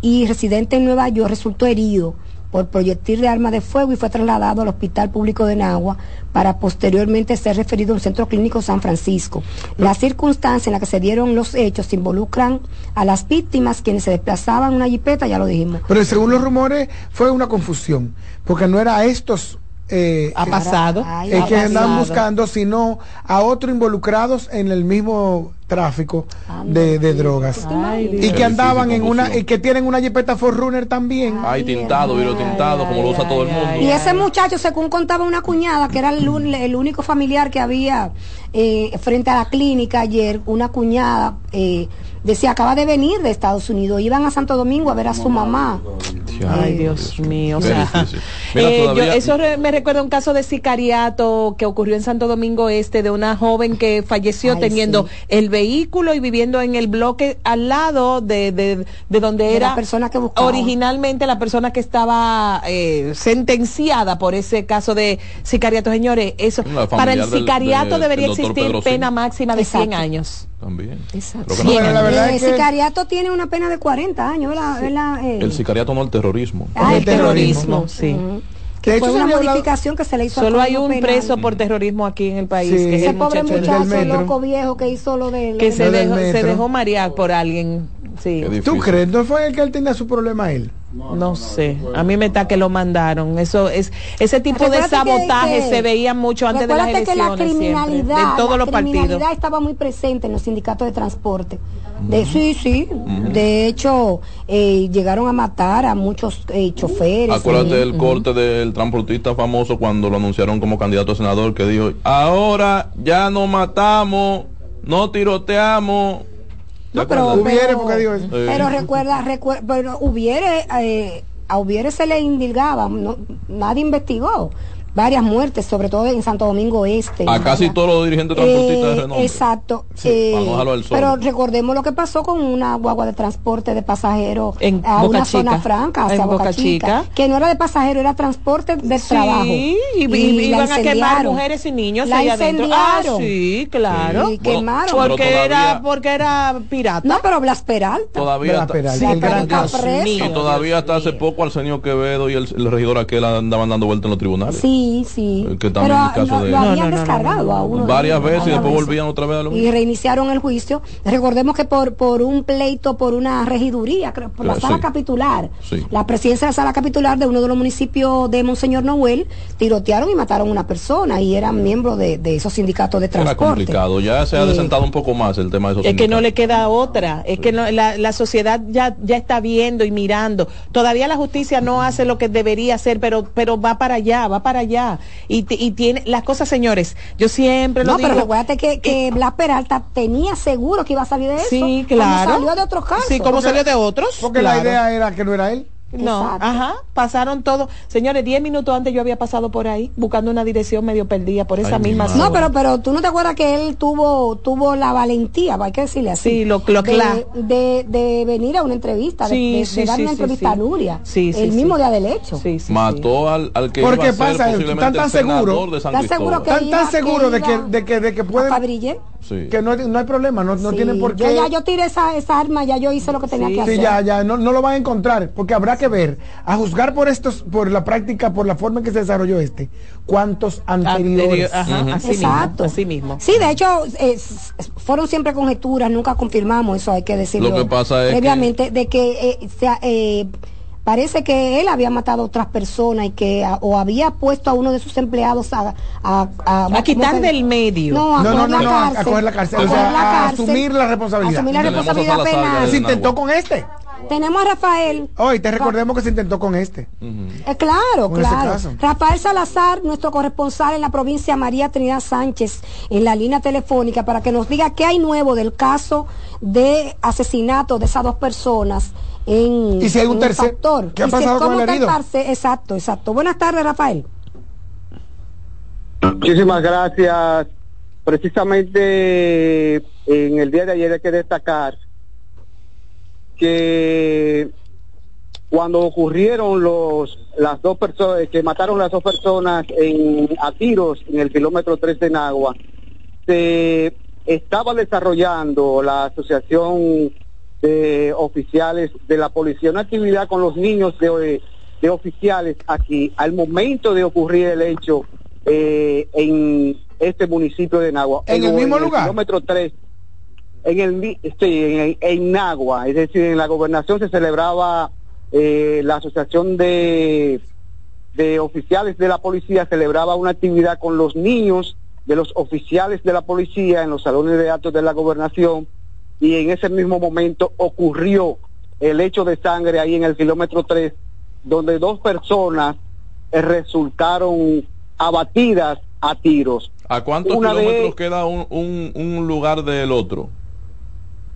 Speaker 5: y residente en Nueva York, resultó herido por proyectil de arma de fuego y fue trasladado al Hospital Público de Nagua para posteriormente ser referido a un centro clínico San Francisco. Las circunstancias en las que se dieron los hechos involucran a las víctimas quienes se desplazaban en una jipeta, ya lo dijimos.
Speaker 3: Pero según los rumores fue una confusión, porque no era a estos eh,
Speaker 2: Ha pasado.
Speaker 5: Ay,
Speaker 3: eh,
Speaker 5: ha
Speaker 3: que andan
Speaker 5: pasado.
Speaker 3: buscando, sino a otros involucrados en el mismo tráfico de, de drogas.
Speaker 5: Ay, Dios.
Speaker 3: Y que andaban en una,
Speaker 4: Confusión.
Speaker 3: y que tienen una jipeta Forerunner también.
Speaker 4: Ay, tintado, viro tintado, como lo usa todo el mundo.
Speaker 5: Y ese muchacho, según contaba una cuñada, que era el, un- el único familiar que había eh, frente a la clínica ayer, una cuñada eh, decía, acaba de venir de Estados Unidos, iban a Santo Domingo a ver a su mamá.
Speaker 2: Ay, Dios mío. O
Speaker 4: Qué
Speaker 2: sea,
Speaker 4: difícil. Mira,
Speaker 2: eh, yo-
Speaker 4: todavía-
Speaker 2: eso re- me recuerda un caso de sicariato que ocurrió en Santo Domingo Este de una joven que falleció
Speaker 5: Ay,
Speaker 2: teniendo
Speaker 5: sí.
Speaker 2: el vehículo y viviendo en el bloque al lado de, de- de donde
Speaker 5: De la
Speaker 2: era
Speaker 5: persona que buscaba.
Speaker 2: originalmente la persona que estaba eh, sentenciada por ese caso de sicariato. Señores, eso
Speaker 4: La familiar
Speaker 2: para el
Speaker 4: del- de-
Speaker 2: sicariato
Speaker 4: del
Speaker 2: debería
Speaker 4: doctor
Speaker 2: existir
Speaker 4: Pedro Sil.
Speaker 2: pena máxima de 100
Speaker 5: Exacto.
Speaker 2: años.
Speaker 4: También.
Speaker 5: Exacto.
Speaker 4: Creo que
Speaker 2: Sí,
Speaker 4: no.
Speaker 3: Bueno, la verdad
Speaker 5: Eh,
Speaker 3: es que-
Speaker 5: sicariato tiene una pena de 40 años, ¿verdad? ¿verdad? Eh,
Speaker 4: El sicariato no el terrorismo.
Speaker 5: ah,
Speaker 3: el terrorismo,
Speaker 5: ¿no?
Speaker 2: sí.
Speaker 5: Ujú.
Speaker 3: De
Speaker 5: Que
Speaker 3: hecho,
Speaker 5: fue
Speaker 3: se
Speaker 5: una
Speaker 3: había hablado-
Speaker 5: modificación que se le hizo al
Speaker 2: Solo hay
Speaker 5: Código
Speaker 2: un
Speaker 5: Penal.
Speaker 2: preso por terrorismo aquí en el país.
Speaker 3: Sí.
Speaker 2: que es
Speaker 5: Ese
Speaker 2: el
Speaker 5: pobre
Speaker 2: muchacho del-
Speaker 5: muchacho,
Speaker 3: metro.
Speaker 5: loco viejo que hizo lo del...
Speaker 2: que se
Speaker 3: Lo del
Speaker 2: dejó, se
Speaker 3: metro.
Speaker 2: dejó marear por alguien. Sí,
Speaker 4: Qué difícil.
Speaker 3: ¿Tú crees? ¿No fue el que él tenía su problema él?
Speaker 2: no sé. A mí me está que lo mandaron. Eso es ese tipo de
Speaker 5: Recuérdate que-
Speaker 2: sabotaje
Speaker 5: que-
Speaker 2: se veía mucho antes de las
Speaker 5: recuérdate
Speaker 2: elecciones.
Speaker 5: que la criminalidad,
Speaker 2: siempre, de todos
Speaker 5: la
Speaker 2: los partidos.
Speaker 5: criminalidad estaba muy presente en los sindicatos de transporte. De, sí, sí. De hecho, eh, llegaron a matar a muchos eh, choferes.
Speaker 4: Acuérdate
Speaker 5: eh,
Speaker 4: del corte del transportista famoso cuando lo anunciaron como candidato a senador que dijo, ahora ya no matamos, no tiroteamos. ¿Te
Speaker 5: No, pero,
Speaker 4: acuerdas? Eh,
Speaker 3: Hubiere, porque digo eso.
Speaker 5: pero
Speaker 4: Sí.
Speaker 5: recuerda, recuerda, pero hubiere, eh, a hubiere se le indilgaba, no- nadie investigó varias muertes, sobre todo en Santo Domingo Este.
Speaker 4: A casi
Speaker 5: ¿verdad?
Speaker 4: todos los dirigentes transportistas de
Speaker 5: Eh,
Speaker 4: renombre.
Speaker 5: Exacto. Eh,
Speaker 4: Sí, para no dejarlo al sol.
Speaker 5: Pero recordemos lo que pasó con una guagua de transporte de pasajeros
Speaker 2: En
Speaker 5: a
Speaker 2: Boca
Speaker 5: una
Speaker 2: Chica.
Speaker 5: zona franca, hacia
Speaker 2: En
Speaker 5: Boca,
Speaker 2: Boca
Speaker 5: Chica,
Speaker 2: Chica.
Speaker 5: que no era de pasajeros, era transporte de
Speaker 2: Sí,
Speaker 5: trabajo.
Speaker 2: y, y
Speaker 5: la
Speaker 2: iban a quemar
Speaker 5: incendiaron.
Speaker 2: mujeres y niños
Speaker 5: La
Speaker 2: allá adentro. Ah,
Speaker 5: incendiaron.
Speaker 2: sí, claro.
Speaker 5: Sí, quemaron.
Speaker 4: pero
Speaker 2: Porque era
Speaker 4: todavía-
Speaker 2: porque era pirata.
Speaker 5: No, pero Blas Peralta.
Speaker 3: De
Speaker 4: Todavía
Speaker 3: la
Speaker 4: está-
Speaker 3: Peralta,
Speaker 4: Sí,
Speaker 3: el
Speaker 4: pero
Speaker 3: gran
Speaker 4: Dios
Speaker 5: caso. preso.
Speaker 4: mío, Y todavía hasta hace poco Arsenio Quevedo y el, el regidor aquel andaban dando vueltas en los tribunales.
Speaker 5: Sí, sí.
Speaker 4: Eh, que también
Speaker 5: pero
Speaker 4: el
Speaker 5: ah,
Speaker 4: caso
Speaker 5: lo,
Speaker 4: de-
Speaker 5: lo
Speaker 4: No,
Speaker 5: habían
Speaker 2: no, no,
Speaker 5: descargado a uno. de
Speaker 4: Varias
Speaker 5: ellos,
Speaker 4: veces y
Speaker 5: varias
Speaker 4: después volvían otra vez a lo
Speaker 5: Y
Speaker 4: mismo.
Speaker 5: reiniciaron el juicio. Recordemos que por, por un pleito, por una regiduría, creo, por la
Speaker 4: Claro,
Speaker 5: sala
Speaker 4: Eh, sí.
Speaker 5: capitular,
Speaker 4: Sí.
Speaker 5: la presidencia de la sala capitular de uno de los municipios de Monseñor Noel, tirotearon y mataron a una persona y eran miembros de, de esos sindicatos de
Speaker 4: Era
Speaker 5: transporte.
Speaker 4: complicado. Ya se ha
Speaker 5: Eh,
Speaker 4: desentado un poco más el tema de esos
Speaker 2: Es que no
Speaker 4: sindicatos.
Speaker 2: le queda otra, es que no- la, la sociedad ya, ya está viendo y mirando. Todavía la justicia no hace lo que debería hacer, pero, pero va para allá, va para allá. Y, ti- y tiene las cosas, señores, yo siempre lo
Speaker 5: No, pero
Speaker 2: digo.
Speaker 5: recuérdate que, que Blas Peralta tenía seguro que iba a salir de eso.
Speaker 2: sí,
Speaker 5: como
Speaker 2: claro.
Speaker 5: salió de otros casos.
Speaker 2: Sí, como salió de otros.
Speaker 3: Porque la
Speaker 2: claro.
Speaker 3: idea era que no era él.
Speaker 2: No,
Speaker 5: Exacto.
Speaker 2: ajá, pasaron todo. Señores, 10 minutos antes yo había pasado por ahí buscando una dirección medio perdida por esa
Speaker 4: Ay, mi
Speaker 2: misma
Speaker 4: madre.
Speaker 5: No,
Speaker 2: zona.
Speaker 5: pero, pero tú no te acuerdas que él tuvo, tuvo la valentía, hay que decirle así.
Speaker 2: Sí, lo- lo
Speaker 5: de,
Speaker 2: cla-
Speaker 5: de, de venir a una entrevista, de-
Speaker 2: Sí,
Speaker 5: de, de
Speaker 2: sí,
Speaker 5: dar
Speaker 2: sí,
Speaker 5: una
Speaker 2: sí,
Speaker 5: entrevista
Speaker 2: sí.
Speaker 5: a Nuria.
Speaker 2: Sí, sí,
Speaker 5: el
Speaker 2: sí.
Speaker 5: mismo día del hecho.
Speaker 2: Sí, sí, sí.
Speaker 4: mató al, al que
Speaker 3: Porque
Speaker 4: iba a ser
Speaker 3: pasa,
Speaker 4: posiblemente
Speaker 3: ¿están
Speaker 4: el
Speaker 3: tan seguros?
Speaker 4: senador de San
Speaker 5: ¿Estás seguro
Speaker 4: Cristóbal.
Speaker 5: que
Speaker 3: Están
Speaker 5: iba-
Speaker 3: tan seguros de que,
Speaker 5: iba
Speaker 3: de que, de que
Speaker 5: a
Speaker 3: pueden,
Speaker 5: Fabrille?
Speaker 4: Sí.
Speaker 3: que no, no hay problema, no, no
Speaker 5: Sí,
Speaker 3: tienen por qué.
Speaker 5: Yo, ya, yo tiré esa, esa arma, ya yo hice lo que tenía que hacer.
Speaker 3: Sí, ya, ya, no, no lo van a encontrar, porque habrá que ver, a juzgar por estos, por la práctica, por la forma en que se desarrolló este, cuántos anteriores.
Speaker 2: Anterior- ajá,
Speaker 4: Ujú.
Speaker 2: así
Speaker 5: Exacto.
Speaker 2: mismo, así mismo.
Speaker 5: Sí, de hecho, eh, s- s- fueron siempre conjeturas, nunca confirmamos eso, hay que decirlo.
Speaker 4: Lo que pasa es
Speaker 5: previamente de que eh, sea, eh, parece que él había matado a otras personas y que a- o había puesto a uno de sus empleados a a,
Speaker 2: A quitar
Speaker 5: ¿cómo se-
Speaker 2: del medio.
Speaker 5: No, a
Speaker 3: No, no,
Speaker 5: coger
Speaker 3: no,
Speaker 5: la
Speaker 3: no, a- a
Speaker 5: cárcel.
Speaker 3: coger la cárcel,
Speaker 4: o sea,
Speaker 5: coger la
Speaker 3: a
Speaker 5: cárcel,
Speaker 3: asumir la responsabilidad.
Speaker 5: Asumir la
Speaker 4: Tenemos a
Speaker 5: responsabilidad
Speaker 4: Salazar ya
Speaker 5: penal.
Speaker 3: se
Speaker 4: del-
Speaker 3: intentó con este.
Speaker 5: Tenemos a Rafael.
Speaker 3: Hoy te recordemos que se intentó con este.
Speaker 5: Eh, claro,
Speaker 3: Con ese
Speaker 5: claro.
Speaker 3: caso.
Speaker 5: Rafael Salazar, nuestro corresponsal en la provincia María Trinidad Sánchez, en la línea telefónica, para que nos diga qué hay nuevo del caso de asesinato de esas dos personas en
Speaker 3: Y si hay un
Speaker 5: en el
Speaker 3: tercer-
Speaker 5: factor.
Speaker 3: ¿qué ha
Speaker 5: Y si-
Speaker 3: pasado con
Speaker 5: cómo
Speaker 3: el
Speaker 5: está
Speaker 3: herido?
Speaker 5: parce- Exacto, exacto. Buenas tardes, Rafael.
Speaker 8: Muchísimas gracias. Precisamente en el día de ayer hay que destacar que cuando ocurrieron los las dos personas que mataron las dos personas en a tiros en el kilómetro 3 de Nagua se estaba desarrollando la asociación de oficiales de la policía una actividad con los niños de, de oficiales aquí al momento de ocurrir el hecho eh, en este municipio de Nagua
Speaker 3: ¿En el mismo
Speaker 8: en
Speaker 3: lugar?
Speaker 8: el kilómetro 3 en el mi- sí, en, en Nagua es decir en la gobernación se celebraba eh, la asociación de, de oficiales de la policía celebraba una actividad con los niños de los oficiales de la policía en los salones de actos de la gobernación y en ese mismo momento ocurrió el hecho de sangre ahí en el kilómetro 3 donde dos personas eh, resultaron abatidas a tiros
Speaker 4: ¿A cuántos
Speaker 8: Una de-
Speaker 4: kilómetros queda un, un- un lugar del otro?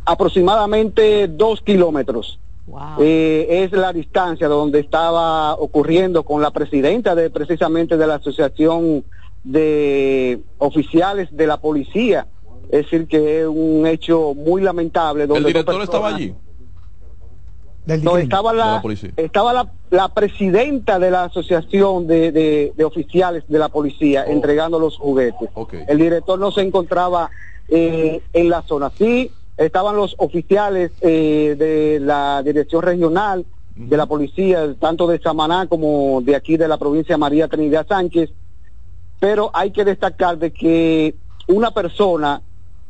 Speaker 8: aproximadamente dos kilómetros
Speaker 2: Wow.
Speaker 8: Eh, es la distancia donde estaba ocurriendo con la presidenta de precisamente de la asociación de oficiales de la policía es decir que es un hecho muy lamentable donde
Speaker 4: ¿El
Speaker 8: dos
Speaker 4: director estaba
Speaker 8: personas-
Speaker 4: allí?
Speaker 3: Del
Speaker 8: no,
Speaker 3: DICRIM.
Speaker 8: estaba
Speaker 4: De
Speaker 8: la,
Speaker 4: la policía.
Speaker 8: estaba la, la presidenta de la asociación de, de- de oficiales de la policía
Speaker 4: Oh.
Speaker 8: entregando los juguetes.
Speaker 4: Ok.
Speaker 8: El director no se encontraba eh, en la zona. Sí, estaban los oficiales eh, de la dirección regional de la policía, tanto de Samaná como de aquí de la provincia María Trinidad Sánchez, pero hay que destacar de que una persona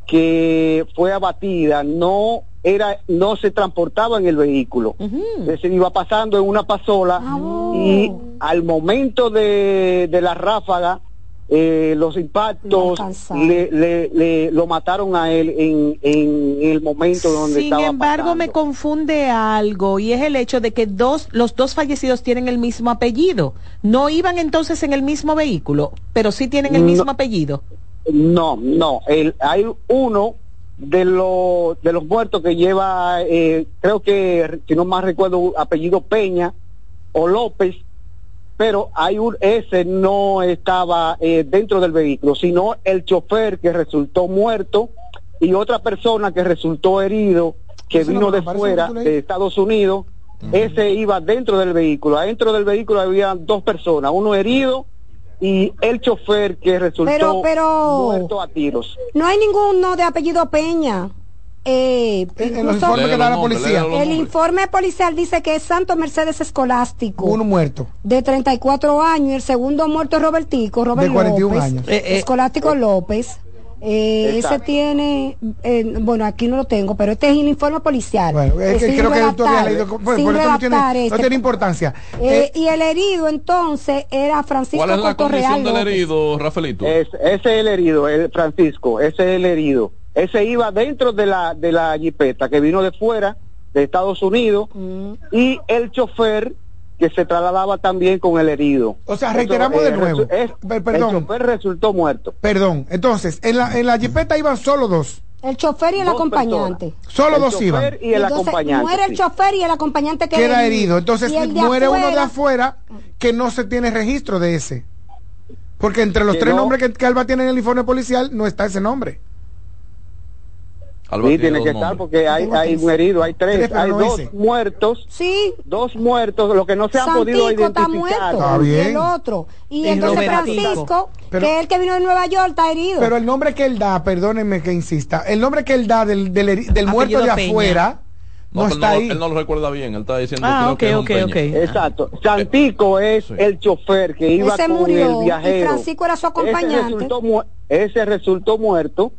Speaker 8: que fue abatida no era no se transportaba en el vehículo es decir iba pasando en una pasola
Speaker 2: Ah,
Speaker 8: y al momento de, de la ráfaga eh, los impactos
Speaker 5: alcanzaba.
Speaker 8: le, le- le- lo mataron a él en, en el momento donde
Speaker 2: Sin
Speaker 8: estaba
Speaker 2: embargo, me
Speaker 8: pasando.
Speaker 2: confunde algo y es el hecho de que dos, los dos fallecidos tienen el mismo apellido. No iban entonces en el mismo vehículo, pero sí tienen el
Speaker 8: No.
Speaker 2: mismo apellido.
Speaker 8: No, no. El, hay uno de los de los muertos que lleva, eh, creo que si no más recuerdo apellido Peña o López, pero hay un ese no estaba eh, dentro del vehículo, sino el chofer que resultó muerto y otra persona que resultó herido que
Speaker 3: Eso no
Speaker 8: vino
Speaker 3: me
Speaker 8: de
Speaker 3: parece
Speaker 8: fuera
Speaker 3: que tú leí.
Speaker 8: de Estados Unidos. Ese iba dentro del vehículo. Adentro del vehículo había dos personas, uno herido y el chofer que resultó
Speaker 5: Pero- pero-
Speaker 8: muerto a tiros.
Speaker 5: No hay ninguno de apellido Peña. Eh,
Speaker 3: En- en los
Speaker 5: incluso
Speaker 3: informes que da la
Speaker 4: Léelo, hombre,
Speaker 3: policía.
Speaker 4: léelo.
Speaker 5: el informe policial dice que es Santo Mercedes Escolástico.
Speaker 3: Uno muerto.
Speaker 5: de 34 años y el segundo muerto es Robertico, Robert
Speaker 3: De 41
Speaker 5: López,
Speaker 3: años.
Speaker 2: Eh, eh.
Speaker 5: Escolástico López. Eh, ese
Speaker 8: Exacto.
Speaker 5: tiene, eh, bueno, aquí no lo tengo, pero este es el informe policial.
Speaker 3: Bueno, es
Speaker 5: Eh,
Speaker 3: que
Speaker 5: sin
Speaker 3: creo que tú
Speaker 5: relatar,
Speaker 3: habías leído. Por,
Speaker 5: sin
Speaker 3: por eso no tiene,
Speaker 5: relatar
Speaker 3: no
Speaker 5: este.
Speaker 3: tiene importancia.
Speaker 5: Eh,
Speaker 3: Eh,
Speaker 5: y el herido entonces era Francisco
Speaker 4: ¿Cuál es la
Speaker 5: Cotorreal
Speaker 4: condición del
Speaker 5: López.
Speaker 4: herido, Rafaelito?
Speaker 8: Es, ese es el herido, el Francisco, ese es el herido. Ese iba dentro de la, de la jipeta que vino de fuera, de Estados Unidos,
Speaker 2: Mm.
Speaker 8: y el chofer que se trasladaba también con el herido.
Speaker 3: O sea, reiteramos de nuevo.
Speaker 8: eh, resu- es-
Speaker 3: Per- perdón.
Speaker 8: El chofer resultó muerto.
Speaker 3: Perdón, entonces, en la, en la jipeta iban solo dos.
Speaker 5: El chofer y el
Speaker 8: Dos
Speaker 5: acompañante.
Speaker 8: personas.
Speaker 3: Solo
Speaker 8: El
Speaker 3: dos
Speaker 8: chofer
Speaker 3: iban.
Speaker 8: Y el
Speaker 5: Entonces,
Speaker 8: acompañante.
Speaker 5: Muere el
Speaker 8: sí.
Speaker 5: chofer y el acompañante queda,
Speaker 3: Queda herido. Entonces,
Speaker 5: Y el de
Speaker 3: muere uno de
Speaker 5: afuera-
Speaker 3: afuera que no se tiene registro de ese. Porque entre los
Speaker 8: Que
Speaker 3: tres
Speaker 8: no.
Speaker 3: nombres que, que Alba tiene en el informe policial no está ese nombre.
Speaker 4: Alba
Speaker 8: Sí,
Speaker 4: tiene
Speaker 8: tiene que
Speaker 4: dos
Speaker 8: estar
Speaker 4: nombres.
Speaker 8: porque hay,
Speaker 5: Tengo
Speaker 8: hay
Speaker 5: tres.
Speaker 8: un herido, hay
Speaker 3: Tres,
Speaker 8: tres,
Speaker 3: pero
Speaker 8: hay
Speaker 3: no
Speaker 8: dos
Speaker 3: ese.
Speaker 8: muertos,
Speaker 5: Sí,
Speaker 8: dos muertos, lo que no se han podido
Speaker 5: Santico está
Speaker 8: identificar.
Speaker 3: Está
Speaker 5: muerto y
Speaker 3: bien.
Speaker 5: el otro. Y
Speaker 2: Y
Speaker 5: entonces
Speaker 2: Robertico.
Speaker 5: Francisco,
Speaker 3: Pero-
Speaker 5: que es el que vino de Nueva York, está herido.
Speaker 3: Pero el nombre que él da, perdónenme que insista, el nombre que él da del, del, heri- del
Speaker 2: Apellido
Speaker 3: muerto de
Speaker 2: Peña.
Speaker 3: afuera
Speaker 4: No,
Speaker 3: no, está
Speaker 4: pero no lo-
Speaker 3: ahí.
Speaker 4: Él no lo recuerda bien, él está diciendo
Speaker 2: Ah,
Speaker 4: creo
Speaker 2: ok,
Speaker 4: que es un
Speaker 2: ok,
Speaker 4: peña. Eh,
Speaker 2: ok.
Speaker 8: Exacto. Santico es
Speaker 4: sí.
Speaker 8: el chofer que iba
Speaker 5: Ese
Speaker 8: con
Speaker 5: murió,
Speaker 8: el
Speaker 5: y
Speaker 8: viajero.
Speaker 5: Francisco era su acompañante.
Speaker 8: Ese resultó, mu- ese resultó muerto,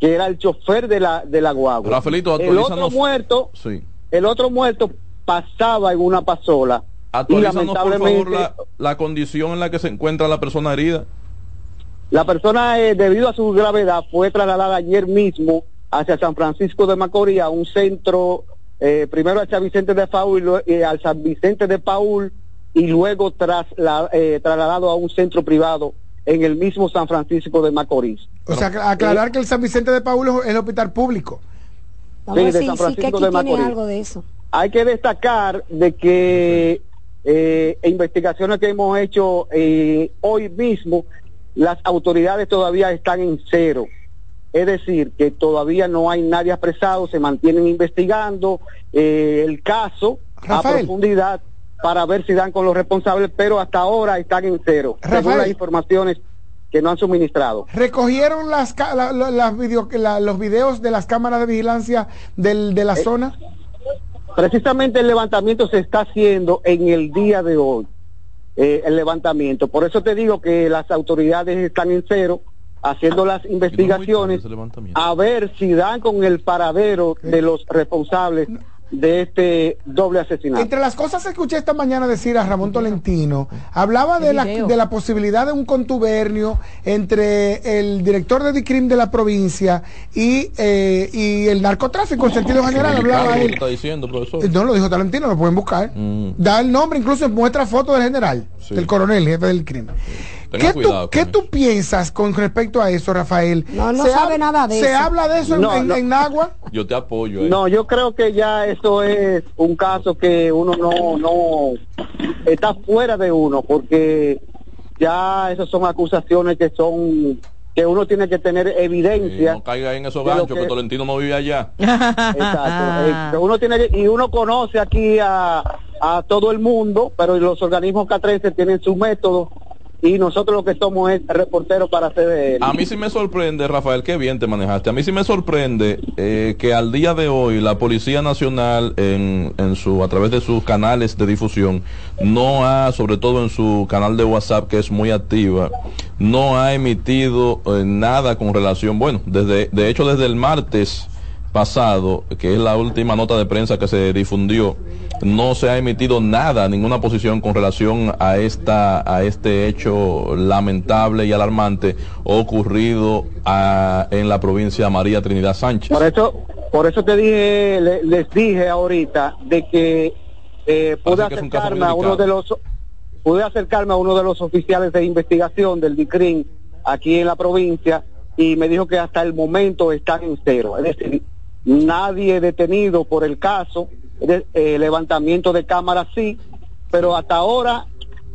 Speaker 8: que era el chofer de la de la guagua.
Speaker 4: Rafaelito,
Speaker 8: el
Speaker 4: actualízanos.
Speaker 8: otro muerto,
Speaker 4: Sí.
Speaker 8: el otro muerto pasaba en una pasola y
Speaker 4: Actualízanos, por
Speaker 8: lamentablemente
Speaker 4: favor, la, la condición en la que se encuentra la persona herida.
Speaker 8: La persona, eh, debido a su gravedad, fue trasladada ayer mismo hacia San Francisco de Macorís, a un centro, eh, primero a San Vicente de Paul, y lue- eh, al San Vicente de Paul, y luego trasla- eh, trasladado a un centro privado en el mismo San Francisco de Macorís.
Speaker 3: O sea, acla- aclarar que el San Vicente de Paul es el hospital público.
Speaker 5: Vamos
Speaker 8: Sí,
Speaker 5: a
Speaker 8: de
Speaker 5: ver
Speaker 8: San
Speaker 5: si, si que
Speaker 8: Francisco
Speaker 5: aquí
Speaker 8: de
Speaker 5: tiene
Speaker 8: Macorís.
Speaker 5: algo de eso.
Speaker 8: Hay que destacar de que eh, investigaciones que hemos hecho eh, hoy mismo las autoridades todavía están en cero. Es decir, que todavía no hay nadie apresado, se mantienen investigando eh, el caso
Speaker 3: Rafael.
Speaker 8: a profundidad para ver si dan con los responsables, pero hasta ahora están en cero, según
Speaker 3: Rafael.
Speaker 8: las informaciones que no han suministrado.
Speaker 3: ¿Recogieron las, ca- la- la- las video- la- los videos de las cámaras de vigilancia del- de la zona?
Speaker 8: Precisamente el levantamiento se está haciendo en el día de hoy, eh, el levantamiento. Por eso te digo que las autoridades están en cero haciendo las investigaciones
Speaker 4: ese levantamiento.
Speaker 8: a ver si dan con el paradero de los responsables de este doble asesinato.
Speaker 3: Entre las cosas que escuché esta mañana decir a Ramón Tolentino, hablaba de la,
Speaker 2: video.
Speaker 3: de la posibilidad de un contubernio entre el director de DICRIM de la provincia y, eh, y el narcotráfico en sentido general. Hablaba
Speaker 4: Ricardo,
Speaker 3: él.
Speaker 4: está diciendo, profesor?
Speaker 3: Eh, No lo dijo Tarantino, lo pueden buscar.
Speaker 4: Mm.
Speaker 3: Da el nombre, incluso muestra foto del general,
Speaker 4: Sí.
Speaker 3: del coronel, jefe del crimen.
Speaker 4: Tenga
Speaker 3: ¿Qué,
Speaker 4: cuidado
Speaker 3: tú,
Speaker 4: con
Speaker 3: qué
Speaker 4: eso.
Speaker 3: tú piensas con respecto a eso, Rafael?
Speaker 5: No, no sabe
Speaker 3: hab-
Speaker 5: nada de
Speaker 3: ¿Se
Speaker 5: eso.
Speaker 3: habla de eso en-
Speaker 8: No,
Speaker 3: en,
Speaker 8: no.
Speaker 3: en Agua?
Speaker 4: Yo te apoyo. ahí.
Speaker 8: No, yo creo que ya eso es un caso que uno no, no está fuera de uno, porque ya esas son acusaciones que son que uno tiene que tener
Speaker 4: Y
Speaker 8: evidencia.
Speaker 4: no caiga ahí en esos
Speaker 8: de lo
Speaker 4: ganchos que...
Speaker 8: que-
Speaker 4: Tolentino no vive allá.
Speaker 8: Exacto. Eh, que uno tiene que- y uno conoce aquí a, a todo el mundo, pero los organismos catrenses tienen sus métodos y nosotros lo que somos es reporteros para hacer de él.
Speaker 4: A mí sí me sorprende, Rafael, qué bien te manejaste. A mí sí me sorprende eh, que al día de hoy la Policía Nacional, en, en su, a través de sus canales de difusión, no ha, sobre todo en su canal de WhatsApp, que es muy activa, no ha emitido eh, nada con relación. Bueno, desde, de hecho, desde el martes pasado, que es la última nota de prensa que se difundió, no se ha emitido nada, ninguna posición con relación a esta a este hecho lamentable y alarmante ocurrido a- en la provincia de María Trinidad Sánchez.
Speaker 8: Por eso, por eso te dije, le- les dije ahorita de que eh, pude
Speaker 4: Parece que es un caso
Speaker 8: acercarme
Speaker 4: muy
Speaker 8: a uno
Speaker 4: delicado.
Speaker 8: de los pude acercarme a uno de los oficiales de investigación del DICRIN aquí en la provincia y me dijo que hasta el momento están en cero, es decir, nadie detenido por el caso, es de- eh, levantamiento de cámaras sí, pero hasta ahora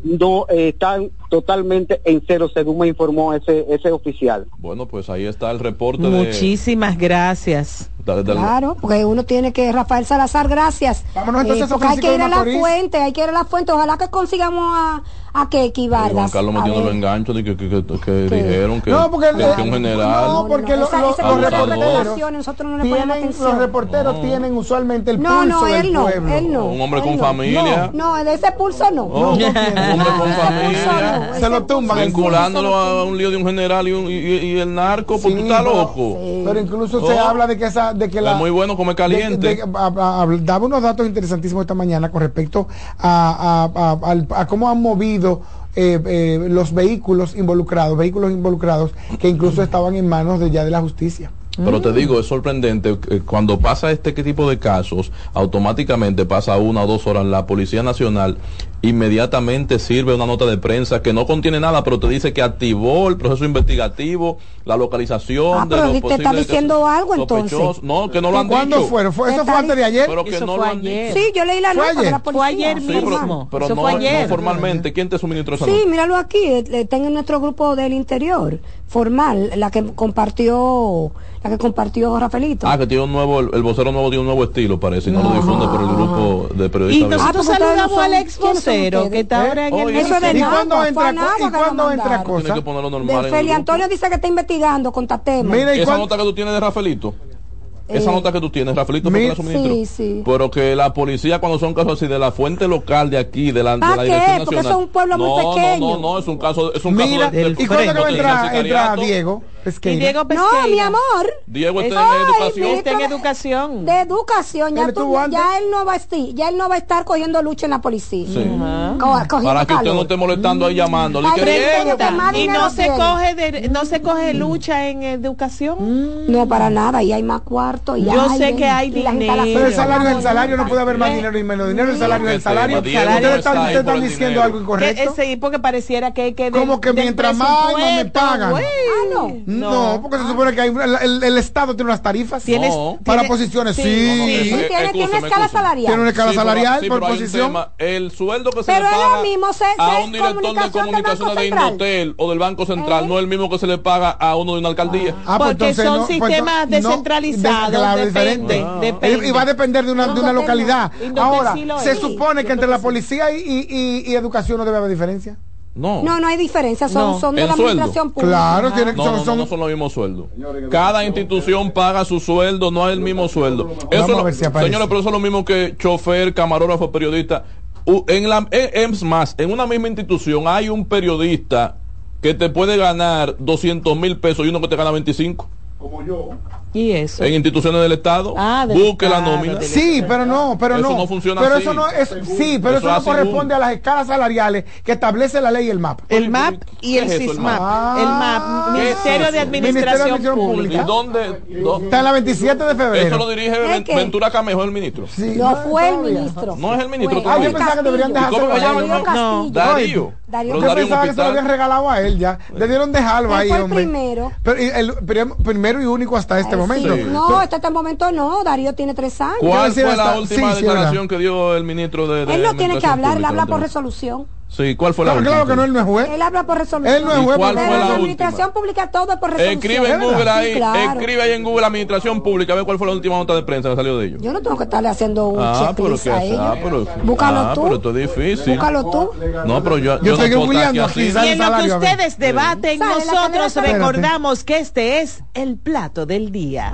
Speaker 8: no eh, están totalmente en cero, según me informó ese ese oficial.
Speaker 4: Bueno, pues ahí está el reporte de-
Speaker 2: Muchísimas gracias.
Speaker 4: de- del-
Speaker 5: Claro, porque uno tiene que, Rafael Salazar, gracias. Eh,
Speaker 3: Vámonos entonces a
Speaker 5: porque hay
Speaker 3: Francisco de
Speaker 5: que ir a la
Speaker 3: Macorís.
Speaker 5: fuente, hay que ir a la fuente. Ojalá que consigamos a, a Keki
Speaker 4: Juan
Speaker 5: Vargas.
Speaker 4: Carlos
Speaker 5: A
Speaker 4: metiéndolo
Speaker 5: ver.
Speaker 4: en gancho de que, que- que- que
Speaker 5: ¿Qué?
Speaker 4: dijeron que,
Speaker 3: no, porque,
Speaker 4: que
Speaker 3: la-
Speaker 4: un general.
Speaker 3: no, porque
Speaker 5: No, no,
Speaker 3: lo-
Speaker 5: esa-
Speaker 3: lo-
Speaker 5: esa
Speaker 4: abusador.
Speaker 3: los reporteros,
Speaker 5: especulaciones, nosotros no le ponemos
Speaker 3: tienen,
Speaker 5: atención.
Speaker 3: los reporteros tienen usualmente el
Speaker 5: No,
Speaker 3: pulso
Speaker 5: no,
Speaker 3: del
Speaker 5: él no,
Speaker 3: pueblo.
Speaker 5: él no.
Speaker 4: Un hombre
Speaker 5: él
Speaker 4: con
Speaker 5: no.
Speaker 4: familia.
Speaker 5: No, no, de ese pulso no.
Speaker 4: Oh,
Speaker 3: no,
Speaker 4: un
Speaker 3: no,
Speaker 4: hombre con
Speaker 5: no,
Speaker 4: familia.
Speaker 5: no,
Speaker 3: Se lo tumban.
Speaker 4: vinculándolo a un lío de un general y, un- y- y- y el narco,
Speaker 3: Sí,
Speaker 4: pues tú estás
Speaker 3: pero-
Speaker 4: loco.
Speaker 5: sí.
Speaker 3: Pero incluso se
Speaker 4: Oh.
Speaker 3: habla de que esa, de que la.
Speaker 4: Es muy bueno comer caliente.
Speaker 3: de- de- a- a- a- daba unos datos interesantísimos esta mañana con respecto a, a- a- al- a cómo han movido eh, eh, los vehículos involucrados, vehículos involucrados que incluso estaban en manos de ya de la justicia.
Speaker 4: Pero te digo, es sorprendente, eh, cuando pasa este que tipo de casos, automáticamente pasa una o dos horas, la Policía Nacional inmediatamente sirve una nota de prensa que no contiene nada, pero te dice que activó el proceso investigativo, la localización
Speaker 5: Ah,
Speaker 4: de
Speaker 5: pero
Speaker 4: los
Speaker 5: te está
Speaker 4: posibles
Speaker 5: diciendo
Speaker 4: casos
Speaker 5: algo, entonces.
Speaker 4: sospechosos. No, que no lo han
Speaker 3: ¿Cuándo
Speaker 4: dicho.
Speaker 3: fueron? Fue-
Speaker 5: ¿Qué
Speaker 3: eso fue
Speaker 5: tal?
Speaker 3: antes de ayer.
Speaker 4: Pero que
Speaker 2: Eso
Speaker 4: no
Speaker 2: fue
Speaker 4: lo han
Speaker 2: ayer.
Speaker 4: dicho.
Speaker 5: Sí, yo leí la
Speaker 3: Fue
Speaker 5: nota de
Speaker 3: ayer.
Speaker 5: la
Speaker 3: Fue
Speaker 5: policía.
Speaker 2: ayer
Speaker 4: Sí, pero,
Speaker 2: mismo.
Speaker 4: pero
Speaker 2: Eso
Speaker 4: no,
Speaker 2: fue
Speaker 4: no
Speaker 2: ayer.
Speaker 4: formalmente. ¿Quién te suministró esa
Speaker 5: Sí,
Speaker 4: nota?
Speaker 5: míralo aquí, eh, eh, está en nuestro grupo del interior, formal, la que compartió, la que compartió Rafaelito.
Speaker 4: Ah, que tiene un nuevo, el, el vocero nuevo tiene un nuevo estilo, parece, y no, lo difunde por el grupo de
Speaker 2: Y
Speaker 4: periodistas.
Speaker 5: Ah,
Speaker 2: nosotros
Speaker 5: porque ustedes
Speaker 2: saludamos
Speaker 5: no son-
Speaker 2: al ex
Speaker 5: ¿quiénes son
Speaker 2: vocero
Speaker 5: ustedes?
Speaker 2: que está
Speaker 4: ¿Eh?
Speaker 2: ahora en el
Speaker 4: Oye,
Speaker 5: Eso es de
Speaker 3: ¿Y
Speaker 5: nada,
Speaker 3: cuándo
Speaker 5: fue
Speaker 3: entra,
Speaker 5: nada
Speaker 3: co-
Speaker 5: que
Speaker 3: y
Speaker 5: lo
Speaker 3: cuándo entra
Speaker 5: mandaron.
Speaker 4: Tiene
Speaker 3: cosa?
Speaker 4: que ponerlo normal.
Speaker 5: de
Speaker 4: en el
Speaker 5: Feli
Speaker 4: grupo.
Speaker 5: Antonio dice que está investigando con Tatema.
Speaker 3: Mira, ¿y
Speaker 4: Esa
Speaker 3: cuán-
Speaker 4: nota que tú tienes de Rafaelito. Esa
Speaker 5: Eh,
Speaker 4: nota que tú tienes, Rafaelito, ¿por qué
Speaker 3: mi-
Speaker 4: la suministró?
Speaker 5: Sí, sí.
Speaker 4: Pero que la policía, cuando son casos así, de la fuente local de aquí, de la, de
Speaker 5: ¿Pa
Speaker 4: la
Speaker 5: qué?
Speaker 4: Dirección
Speaker 5: Porque
Speaker 4: Nacional.
Speaker 5: eso es un pueblo muy
Speaker 4: No,
Speaker 5: pequeño.
Speaker 4: No, no, no, es un caso, es un
Speaker 3: Mira,
Speaker 4: caso de- del
Speaker 3: ¿y cuándo que va a
Speaker 4: del
Speaker 3: entrar,
Speaker 4: sicariato.
Speaker 3: entrar Diego?
Speaker 2: Y
Speaker 3: Pesqueira?
Speaker 2: Diego Pesqueira.
Speaker 5: no, mi amor.
Speaker 4: Diego está
Speaker 5: Ay,
Speaker 4: pues, en educación.
Speaker 5: ministro
Speaker 2: Está en educación.
Speaker 5: De educación, ya,
Speaker 3: Él
Speaker 5: tú-
Speaker 3: estuvo antes.
Speaker 5: ya él no va a estar, ya él no va a estar cogiendo lucha en la policía.
Speaker 4: Sí.
Speaker 5: Co- cogiendo
Speaker 4: Para que usted no
Speaker 5: calor.
Speaker 4: esté molestando ahí llamándole.
Speaker 5: Ay,
Speaker 4: que
Speaker 5: pero
Speaker 4: Diego,
Speaker 5: Diego, Mm. que más
Speaker 2: Y
Speaker 5: dinero
Speaker 2: no se
Speaker 5: tiene.
Speaker 2: coge de- no se coge lucha en educación.
Speaker 5: Mm. No, para nada, y hay más cuartos. y
Speaker 2: Yo
Speaker 5: hay-
Speaker 2: sé que hay
Speaker 5: y la gente a la
Speaker 2: dinero.
Speaker 3: Pero el
Speaker 5: sombra.
Speaker 3: salario es el salario, no puede haber más
Speaker 2: Eh,
Speaker 3: dinero y menos dinero. El salario es el
Speaker 4: Ese tema,
Speaker 3: salario.
Speaker 4: Diego,
Speaker 3: Ustedes
Speaker 4: Este no
Speaker 3: están,
Speaker 4: está ahí
Speaker 3: ustedes
Speaker 4: por
Speaker 3: están
Speaker 4: el
Speaker 3: diciendo
Speaker 4: dinero.
Speaker 3: algo
Speaker 2: Que,
Speaker 3: incorrecto.
Speaker 2: eh, sí, porque pareciera que hay que
Speaker 3: Como que
Speaker 2: del
Speaker 3: mientras más, más me
Speaker 2: presupuesto,
Speaker 3: pagan.
Speaker 2: güey.
Speaker 5: Ah, no.
Speaker 3: No, No, porque se supone que hay, el, el- el Estado tiene unas tarifas
Speaker 2: Tienes-
Speaker 3: para
Speaker 2: tiene-
Speaker 3: posiciones.
Speaker 2: sí,
Speaker 3: Sí,
Speaker 2: no, no,
Speaker 5: Sí,
Speaker 4: Eh,
Speaker 5: tiene- tiene
Speaker 4: excúsame,
Speaker 5: escala
Speaker 4: excúsame.
Speaker 5: salarial.
Speaker 3: Tiene una escala
Speaker 4: Sí, pero-
Speaker 3: salarial
Speaker 4: sí,
Speaker 3: por
Speaker 4: pero hay un
Speaker 3: posición.
Speaker 4: tema. el sueldo que se
Speaker 5: Pero
Speaker 4: le
Speaker 5: es lo
Speaker 4: paga
Speaker 5: mismo, se-
Speaker 4: a
Speaker 5: se-
Speaker 4: un director de
Speaker 5: comunicación del
Speaker 4: comunicaciones
Speaker 5: Banco
Speaker 4: de
Speaker 5: Central.
Speaker 4: Indotel o del Banco Central
Speaker 5: ¿Eh?
Speaker 4: no es el mismo que se le paga a uno de una alcaldía.
Speaker 3: Ah, pues
Speaker 2: Porque
Speaker 3: entonces
Speaker 2: son
Speaker 3: no, pues
Speaker 2: sistemas
Speaker 3: entonces no,
Speaker 2: descentralizados,
Speaker 3: de- claro,
Speaker 2: depende,
Speaker 3: diferente.
Speaker 2: depende.
Speaker 3: Ah. Y, y va a depender de una, de una
Speaker 5: Indotel no,
Speaker 3: localidad.
Speaker 2: Indotel
Speaker 3: Ahora,
Speaker 2: pues sí lo
Speaker 3: se
Speaker 2: es.
Speaker 3: supone
Speaker 2: Sí,
Speaker 3: que entre
Speaker 2: yo creo
Speaker 3: la
Speaker 2: que
Speaker 3: policía y, y- y- y educación no debe haber diferencia.
Speaker 4: No.
Speaker 5: No, no hay diferencia, son,
Speaker 2: No.
Speaker 5: son de
Speaker 4: ¿En
Speaker 5: la
Speaker 4: sueldo? Ah.
Speaker 5: administración pública.
Speaker 3: Claro, tiene que
Speaker 4: No, no, no, no son los mismos sueldos. Cada institución paga su sueldo, no es el mismo sueldo. Eso
Speaker 3: Vamos a
Speaker 4: lo-
Speaker 3: ver si aparece.
Speaker 4: señores, pero eso es lo mismo que chofer, camarógrafo, periodista. U- En la, eh, es más, en una misma institución hay un periodista que te puede ganar 200 mil pesos y uno que te gana 25
Speaker 2: Y eso.
Speaker 4: en instituciones del Estado.
Speaker 2: Ah, del
Speaker 4: busque la
Speaker 2: Estado,
Speaker 4: nómina.
Speaker 2: del-
Speaker 3: Sí, pero no, pero
Speaker 4: Eso
Speaker 3: no.
Speaker 4: no funciona
Speaker 3: pero
Speaker 4: así.
Speaker 3: eso no es, sí,
Speaker 4: Eso
Speaker 3: pero eso, no
Speaker 4: es así,
Speaker 3: corresponde a las escalas salariales que establece la ley y el mapa.
Speaker 2: El MAP y
Speaker 4: ¿Qué
Speaker 2: el
Speaker 4: es eso, el
Speaker 2: SISMAP.
Speaker 3: MAP?
Speaker 2: El MAP,
Speaker 3: Ah,
Speaker 2: Ministerio de
Speaker 4: Ministerio de
Speaker 2: Administración
Speaker 3: Administración
Speaker 4: ¿Y
Speaker 2: Pública.
Speaker 3: Pública.
Speaker 4: dónde? do-
Speaker 3: Está en la 27 de
Speaker 4: Eso lo
Speaker 3: febrero.
Speaker 4: dirige
Speaker 5: ¿Es
Speaker 4: Ven-
Speaker 5: que?
Speaker 4: Ventura Camejo, el ministro.
Speaker 3: Sí,
Speaker 5: No fue el
Speaker 3: todavía.
Speaker 5: ministro.
Speaker 4: No es el ministro
Speaker 5: Fue
Speaker 3: Ah, yo
Speaker 5: Darío
Speaker 3: pensaba que deberían
Speaker 5: Castillo.
Speaker 4: dejárselo a él,
Speaker 5: Darío
Speaker 4: ¿no?
Speaker 5: Castillo.
Speaker 4: Darío.
Speaker 5: Darío
Speaker 4: Pero
Speaker 3: Yo
Speaker 4: Darío-
Speaker 5: Castillo.
Speaker 3: pensaba que se lo
Speaker 4: hospital.
Speaker 3: habían regalado a él ya. Debieron dejarlo
Speaker 5: Él
Speaker 3: ahí,
Speaker 5: fue el
Speaker 3: hombre.
Speaker 5: primero.
Speaker 3: Pero, y el prim- primero y único hasta este
Speaker 5: Ay, sí.
Speaker 3: momento.
Speaker 4: Sí.
Speaker 5: No, hasta este momento no, Darío tiene tres años.
Speaker 3: Yo
Speaker 4: ¿Cuál
Speaker 3: decía
Speaker 4: fue la
Speaker 3: hasta-
Speaker 4: última
Speaker 3: sí, sí,
Speaker 4: declaración que dio el ministro de, de
Speaker 5: Él no tiene que
Speaker 4: Administración
Speaker 5: hablar, él
Speaker 4: Pública,
Speaker 5: habla por
Speaker 4: entonces?
Speaker 5: resolución.
Speaker 4: Sí, ¿cuál fue la
Speaker 3: Claro,
Speaker 4: última?
Speaker 3: claro que no, él no es juez.
Speaker 5: Él habla por resolución.
Speaker 3: Él no es
Speaker 4: ¿Y
Speaker 3: juez,
Speaker 4: cuál
Speaker 5: Pero
Speaker 4: fue
Speaker 5: en
Speaker 4: la
Speaker 5: la
Speaker 4: última?
Speaker 5: administración pública todo es por resolución.
Speaker 4: Escribe en
Speaker 3: ¿verdad?
Speaker 4: Google ahí,
Speaker 5: Sí, claro.
Speaker 4: escribe ahí en Google Administración Pública, a ver cuál fue la última nota de prensa que salió de ellos.
Speaker 5: Yo no tengo que estarle haciendo un
Speaker 4: Ah, pero
Speaker 5: checklist
Speaker 4: que
Speaker 5: a
Speaker 4: ah,
Speaker 5: ellos.
Speaker 4: pero,
Speaker 5: Búscalo
Speaker 4: ah,
Speaker 5: tú.
Speaker 4: pero esto es difícil.
Speaker 5: Búscalo tú.
Speaker 4: No, pero yo,
Speaker 3: Yo
Speaker 4: no
Speaker 3: estoy
Speaker 4: puedo estar
Speaker 3: googleando aquí,
Speaker 2: Y
Speaker 3: Sale
Speaker 2: en
Speaker 3: el
Speaker 2: lo que
Speaker 3: salario, a ver.
Speaker 2: ustedes debaten,
Speaker 5: Sale la
Speaker 2: nosotros
Speaker 5: tabla.
Speaker 2: recordamos que este es el plato del día.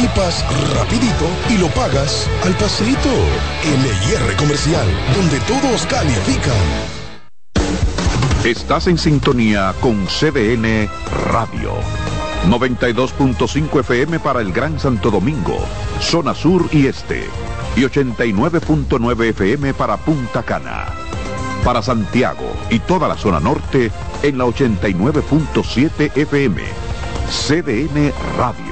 Speaker 9: rapidito y lo pagas al pasito. LIR Comercial, donde todos califican.
Speaker 10: Estás en sintonía con CDN Radio. 92.5 FM para el Gran Santo Domingo, zona sur y este. Y 89.9 FM para Punta Cana. Para Santiago y toda la zona norte en la 89.7 FM. CDN Radio.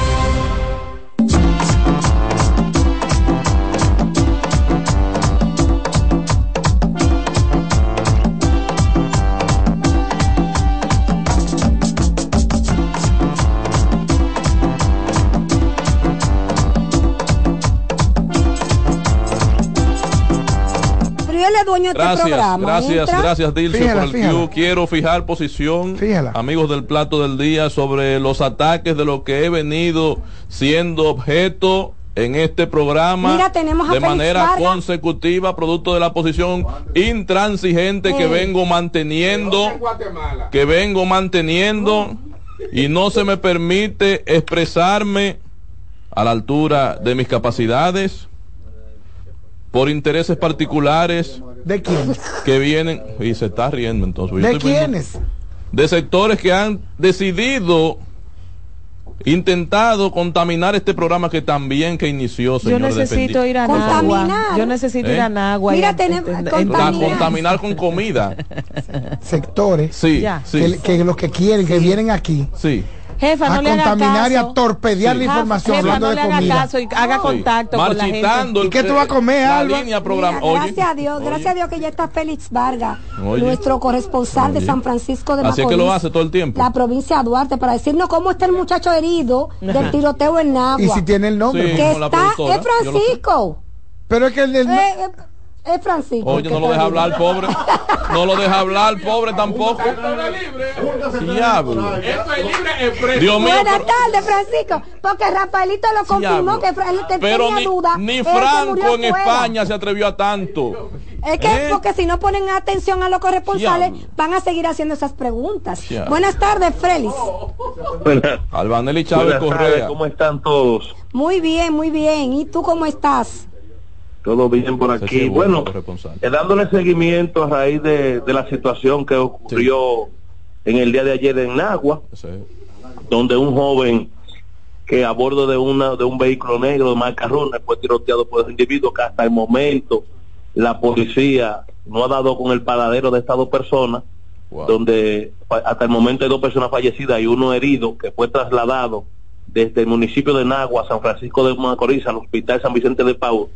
Speaker 5: Pero él es dueño de este
Speaker 4: Gracias,
Speaker 5: programa.
Speaker 4: gracias,
Speaker 5: entra.
Speaker 4: gracias Dilcio
Speaker 3: Fíjala,
Speaker 4: por el
Speaker 3: fíjala.
Speaker 4: cue. Quiero fijar posición,
Speaker 3: Fíjala.
Speaker 4: amigos del plato del día, sobre los ataques de lo que he venido siendo objeto en este programa
Speaker 5: Mira, tenemos a
Speaker 4: de
Speaker 5: Félix
Speaker 4: manera
Speaker 5: Vargas.
Speaker 4: consecutiva, producto de la posición intransigente que
Speaker 5: Eh.
Speaker 4: vengo manteniendo, que vengo manteniendo y no se me permite expresarme a la altura de mis capacidades por intereses particulares
Speaker 3: ¿De quién?
Speaker 4: que vienen y se está riendo entonces. Yo
Speaker 3: ¿De
Speaker 4: estoy poniendo-
Speaker 3: quiénes?
Speaker 4: De sectores que han decidido intentado contaminar este programa que también que inició
Speaker 2: Yo
Speaker 4: señor
Speaker 2: necesito
Speaker 4: Defendi.
Speaker 2: ir a
Speaker 4: Por favor.
Speaker 5: Contaminar.
Speaker 2: Nagua. Yo necesito
Speaker 4: ¿Eh?
Speaker 2: ir a Nagua. y
Speaker 5: Mira,
Speaker 2: a-
Speaker 5: tenemos-
Speaker 2: ent-
Speaker 4: Para
Speaker 5: contaminar.
Speaker 4: contaminar con comida.
Speaker 3: Sectores
Speaker 4: Sí,
Speaker 2: Ya.
Speaker 4: sí.
Speaker 3: que, que los que quieren, que vienen aquí
Speaker 4: sí.
Speaker 2: Jefa, no
Speaker 3: a
Speaker 2: le haga
Speaker 3: contaminar y a
Speaker 2: caso.
Speaker 3: torpedear la
Speaker 4: Sí.
Speaker 2: Jefa,
Speaker 3: información
Speaker 2: jefa,
Speaker 3: hablando
Speaker 2: no
Speaker 3: de
Speaker 2: le haga
Speaker 3: comida.
Speaker 2: caso y haga contacto con la gente.
Speaker 4: Marchitando el-
Speaker 3: ¿Y qué tú vas a comer,
Speaker 4: la
Speaker 3: Alba?
Speaker 4: línea programa.
Speaker 5: Mira,
Speaker 4: Oye,
Speaker 5: gracias a Dios,
Speaker 4: oye.
Speaker 5: gracias a Dios que ya está Félix Vargas,
Speaker 4: Oye.
Speaker 5: nuestro corresponsal de
Speaker 4: Oye.
Speaker 5: San Francisco de
Speaker 4: Así es que
Speaker 5: Macorís,
Speaker 4: lo hace todo el tiempo.
Speaker 5: la provincia de Duarte, para decirnos cómo está el muchacho herido del tiroteo en Nagua.
Speaker 3: Y si tiene el nombre.
Speaker 4: Sí.
Speaker 5: que
Speaker 4: Como la
Speaker 5: está,
Speaker 4: productora,
Speaker 5: es
Speaker 4: yo lo sé.
Speaker 5: Francisco.
Speaker 3: Pero es que el del.
Speaker 5: Eh, eh, es Francisco.
Speaker 4: Oye,
Speaker 5: que
Speaker 4: no lo
Speaker 5: está
Speaker 4: deja
Speaker 5: herido.
Speaker 4: hablar, pobre. No lo deja hablar, pobre tampoco. Diablo. Dios mío.
Speaker 5: Buenas
Speaker 4: pero-
Speaker 5: tardes, Francisco. Porque Rafaelito lo confirmó
Speaker 4: Diablo.
Speaker 5: que Fra- él te-
Speaker 4: Pero
Speaker 5: tenía
Speaker 4: ni,
Speaker 5: duda.
Speaker 4: ni
Speaker 5: él se
Speaker 4: Franco
Speaker 5: murió
Speaker 4: en
Speaker 5: fuera.
Speaker 4: España se atrevió a tanto.
Speaker 5: Es que
Speaker 4: ¿Eh?
Speaker 5: porque si no ponen atención a los corresponsales,
Speaker 4: Diablo.
Speaker 5: van a seguir haciendo esas preguntas.
Speaker 4: Diablo.
Speaker 5: Buenas tardes, Félix.
Speaker 4: Albanelli Chávez Correa.
Speaker 11: están todos?
Speaker 5: Muy bien, muy bien. ¿Y tú cómo estás?
Speaker 11: Todo bien por
Speaker 4: Ese
Speaker 11: aquí.
Speaker 4: sí es
Speaker 11: bueno,
Speaker 4: corresponsal.
Speaker 11: eh, dándole seguimiento a raíz de, de la situación que ocurrió en el día de ayer en Nagua,
Speaker 4: Ese-
Speaker 11: donde un joven que a bordo de una de un vehículo negro de marca Runa fue tiroteado por dos individuos que hasta el momento la policía no ha dado con el paradero de estas dos personas,
Speaker 4: Wow.
Speaker 11: donde fa- hasta el momento hay dos personas fallecidas y uno herido que fue trasladado desde el municipio de Nagua, San Francisco de Macorís, al hospital San Vicente de Paúl,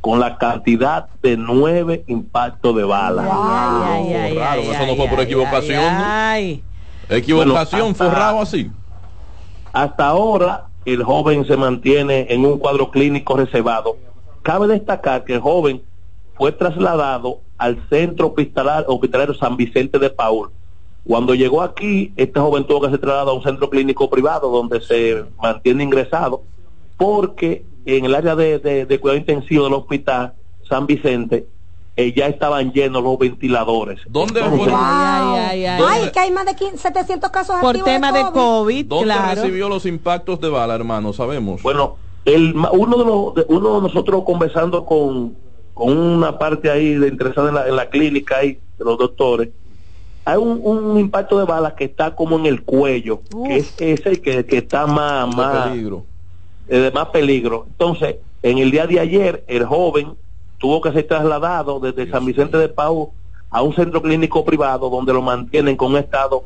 Speaker 11: con la cantidad de nueve impactos de balas.
Speaker 2: Ay, ay, ay,
Speaker 4: Raro,
Speaker 2: ay,
Speaker 4: eso no
Speaker 2: ay,
Speaker 4: fue por
Speaker 2: ay,
Speaker 4: equivocación, ¿no?
Speaker 2: ay.
Speaker 4: Equivocación,
Speaker 11: Bueno, hasta-
Speaker 4: forrado así.
Speaker 11: Hasta ahora el joven se mantiene en un cuadro clínico reservado. Cabe destacar que el joven fue trasladado al centro hospitalar- hospitalario San Vicente de Paul. Cuando llegó aquí, este joven tuvo que ser trasladado a un centro clínico privado donde se mantiene ingresado porque en el área de, de- de cuidado intensivo del hospital San Vicente eh, ya estaban llenos los ventiladores.
Speaker 4: ¿Dónde
Speaker 11: Entonces,
Speaker 4: fueron?
Speaker 5: Wow.
Speaker 2: ay, ay, ay.
Speaker 5: Ay, que hay más de 15 700 casos
Speaker 2: Por
Speaker 5: activos
Speaker 2: tema de COVID,
Speaker 4: ¿Dónde
Speaker 2: claro.
Speaker 4: recibió los impactos de bala, hermano? Sabemos.
Speaker 11: Bueno, el, ma- uno, de los, de- uno de nosotros conversando con, con una parte ahí de interesada en la, en la clínica ahí, de los doctores, hay un, un impacto de bala que está como en el cuello, que es ese que, que está más,
Speaker 4: De
Speaker 11: más,
Speaker 4: peligro.
Speaker 11: eh, de más peligro. Entonces, en el día de ayer, el joven tuvo que ser trasladado desde San Vicente de Paúl a un centro clínico privado donde lo mantienen con un estado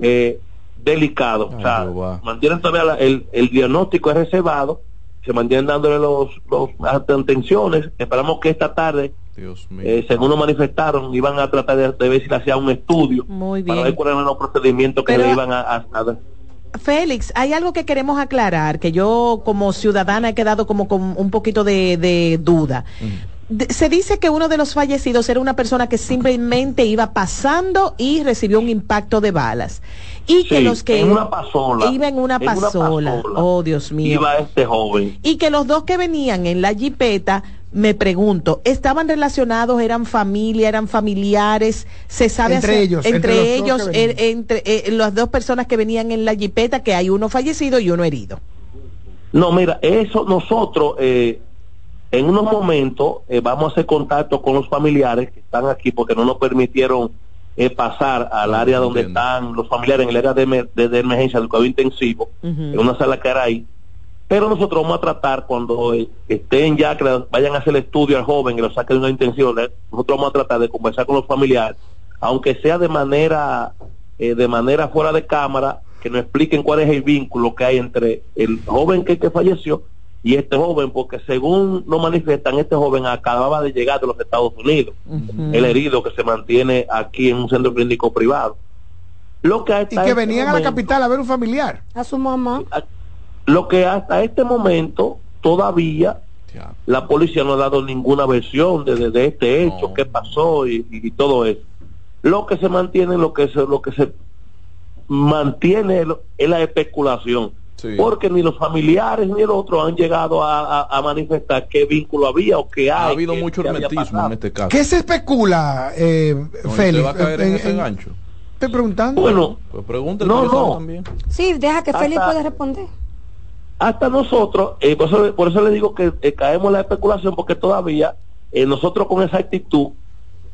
Speaker 11: eh, delicado.
Speaker 4: Ay,
Speaker 11: o sea,
Speaker 4: Jehová.
Speaker 11: mantienen todavía la- el, el diagnóstico es reservado, se mantienen dándole los, los las atenciones. Esperamos que esta tarde,
Speaker 4: Dios mío.
Speaker 11: eh, según lo manifestaron, iban a tratar de, de ver si le hacían un estudio
Speaker 2: Muy
Speaker 11: para ver
Speaker 2: bien.
Speaker 11: cuáles eran los procedimientos que
Speaker 2: Pero-
Speaker 11: le iban a, a- a dar.
Speaker 2: Félix, hay algo que queremos aclarar, que yo como ciudadana he quedado como con un poquito de, de duda. De- Se dice que uno de los fallecidos era una persona que simplemente iba pasando y recibió un impacto de balas. Y que
Speaker 11: Sí,
Speaker 2: los que
Speaker 11: en una pasola.
Speaker 2: iba en una pasola. Oh, Dios mío.
Speaker 11: Iba este joven.
Speaker 2: y que los dos que venían en la jipeta, me pregunto, ¿estaban relacionados? ¿Eran familia? ¿Eran familiares? ¿Se sabe
Speaker 3: Entre
Speaker 2: hacia-
Speaker 3: ellos,
Speaker 2: entre,
Speaker 3: entre los dos
Speaker 2: ellos,
Speaker 3: que
Speaker 2: eh, entre eh, las dos personas que venían en la jipeta, que hay uno fallecido y uno herido?
Speaker 11: No, mira, eso nosotros eh, en unos momentos eh, vamos a hacer contacto con los familiares que están aquí porque no nos permitieron eh, pasar al área donde
Speaker 4: Entiendo.
Speaker 11: están los familiares, en el área de, emer- de- de emergencia del cuidado intensivo,
Speaker 2: Ujú.
Speaker 11: en una sala que era ahí. Pero nosotros vamos a tratar cuando eh, estén ya, que vayan a hacer el estudio al joven y lo saquen de una intención, eh, nosotros vamos a tratar de conversar con los familiares, aunque sea de manera, eh, de manera fuera de cámara, que nos expliquen cuál es el vínculo que hay entre el joven que, que falleció y este joven, porque según nos manifiestan, este joven acababa de llegar de los Estados Unidos,
Speaker 2: Ujú.
Speaker 11: el herido que se mantiene aquí en un centro clínico privado. Lo que hasta
Speaker 3: Y que
Speaker 11: este
Speaker 3: venían a la
Speaker 11: momento-
Speaker 3: capital a ver un familiar.
Speaker 5: A su mamá.
Speaker 11: lo que hasta este momento todavía la policía no ha dado ninguna versión de, de- de este hecho, qué pasó y, y- y todo eso. Lo que se mantiene, lo que se, lo que se mantiene lo- es la especulación, porque ni los familiares ni el otro han llegado a, a- a manifestar qué vínculo había o qué hay.
Speaker 4: Ha habido
Speaker 11: qué-
Speaker 4: mucho
Speaker 11: qué había
Speaker 4: hermetismo
Speaker 11: pasado.
Speaker 4: en este caso.
Speaker 3: ¿Qué se especula, eh,
Speaker 4: No,
Speaker 3: Félix?
Speaker 4: ¿Usted va a caer en,
Speaker 3: En-
Speaker 4: ese
Speaker 3: en-
Speaker 4: gancho?
Speaker 3: Estoy preguntando.
Speaker 4: Pues pregúntale.
Speaker 11: No,
Speaker 4: que yo
Speaker 11: no.
Speaker 4: sabe también.
Speaker 5: Sí, deja que
Speaker 11: Hasta-
Speaker 5: Félix pueda responder.
Speaker 11: hasta nosotros, eh, por, eso, por eso le digo que eh, caemos en la especulación, porque todavía eh, nosotros con esa actitud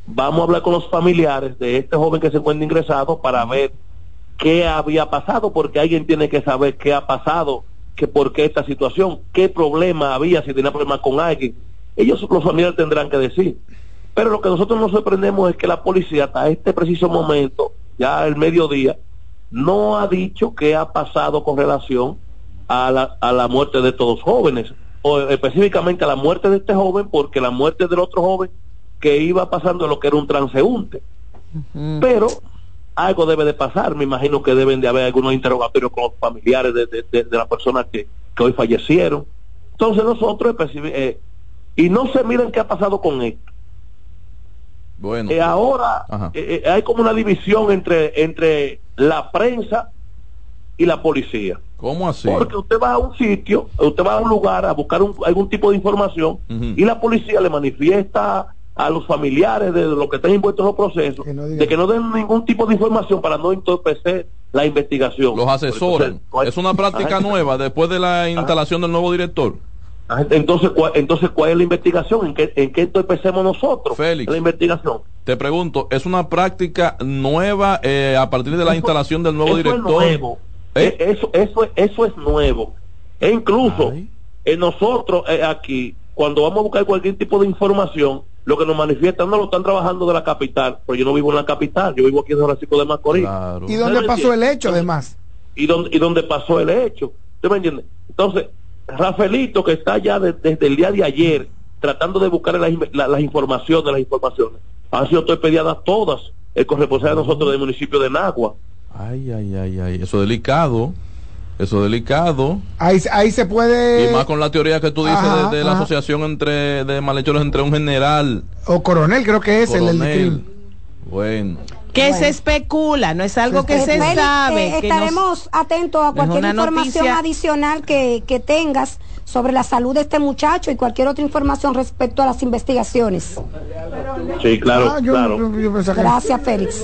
Speaker 11: vamos a hablar con los familiares de este joven que se encuentra ingresado para ver qué había pasado, porque alguien tiene que saber qué ha pasado, que por qué esta situación, qué problema había, si tenía problemas con alguien. Ellos, los familiares, tendrán que decir. Pero lo que nosotros nos sorprendemos es que la policía hasta este preciso momento, ya el mediodía, no ha dicho qué ha pasado con relación a la, a la muerte de estos dos jóvenes, o específicamente a la muerte de este joven, porque la muerte del otro joven que iba pasando lo que era un transeúnte. Pero algo debe de pasar, me imagino que deben de haber algunos interrogatorios con los familiares de, de, de- de la persona que, que hoy fallecieron. Entonces nosotros, especifi- eh, y no se miren qué ha pasado con esto.
Speaker 4: Bueno.
Speaker 11: Eh, ahora eh, eh, hay como una división entre, entre la prensa y la policía.
Speaker 4: ¿Cómo así?
Speaker 11: Porque usted va a un sitio, usted va a un lugar a buscar un- algún tipo de información y la policía le manifiesta a los familiares de los que están impuestos en los procesos de que no den ningún tipo de información para no entorpecer la investigación.
Speaker 4: Los asesoran. Es una práctica
Speaker 11: Ajá.
Speaker 4: nueva después de la instalación del nuevo director.
Speaker 11: Ah, Entonces, ¿cuál, entonces, ¿cuál es la investigación? ¿En qué, en qué entorpecemos nosotros la investigación?
Speaker 4: Te pregunto, ¿es una práctica nueva eh, a partir de la instalación del nuevo
Speaker 11: eso
Speaker 4: director? ¿Eh?
Speaker 11: Es nuevo. E- Eso, eso, es- eso es nuevo. E incluso eh, nosotros eh, aquí, cuando vamos a buscar cualquier tipo de información, lo que nos manifiestan no lo están trabajando de la capital, pero yo no vivo en la capital, yo vivo aquí en San Francisco de Macorís.
Speaker 3: ¿Y dónde
Speaker 11: ¿Usted me
Speaker 3: pasó el
Speaker 11: entiende?
Speaker 3: hecho, además?
Speaker 11: y donde, y donde pasó el hecho. ¿Usted me entiende? Entonces, Rafaelito, que está ya de- desde el día de ayer tratando de buscar las, inve- la- las informaciones, las informaciones, han sido torpedeadas todas, el corresponsal de nosotros del municipio de Nagua.
Speaker 4: Ay, ay, ay, ay. Eso es delicado. Eso es delicado.
Speaker 3: Ahí, ahí se puede...
Speaker 4: y más con la teoría que tú dices
Speaker 3: Eh, ajá,
Speaker 4: de, de la
Speaker 3: ajá.
Speaker 4: asociación entre de malhechores entre un general.
Speaker 3: O coronel, creo que es el del
Speaker 4: Coronel.
Speaker 3: crimen.
Speaker 4: Bueno.
Speaker 2: Que se especula, no es algo que se
Speaker 5: Félix,
Speaker 2: sabe.
Speaker 5: eh,
Speaker 2: que nos-
Speaker 5: estaremos atentos a cualquier
Speaker 2: una
Speaker 5: información
Speaker 2: noticia.
Speaker 5: adicional que, que tengas sobre la salud de este muchacho y cualquier otra información respecto a las investigaciones.
Speaker 11: Sí, claro,
Speaker 5: Ah, yo-
Speaker 11: claro.
Speaker 5: Gracias, Félix.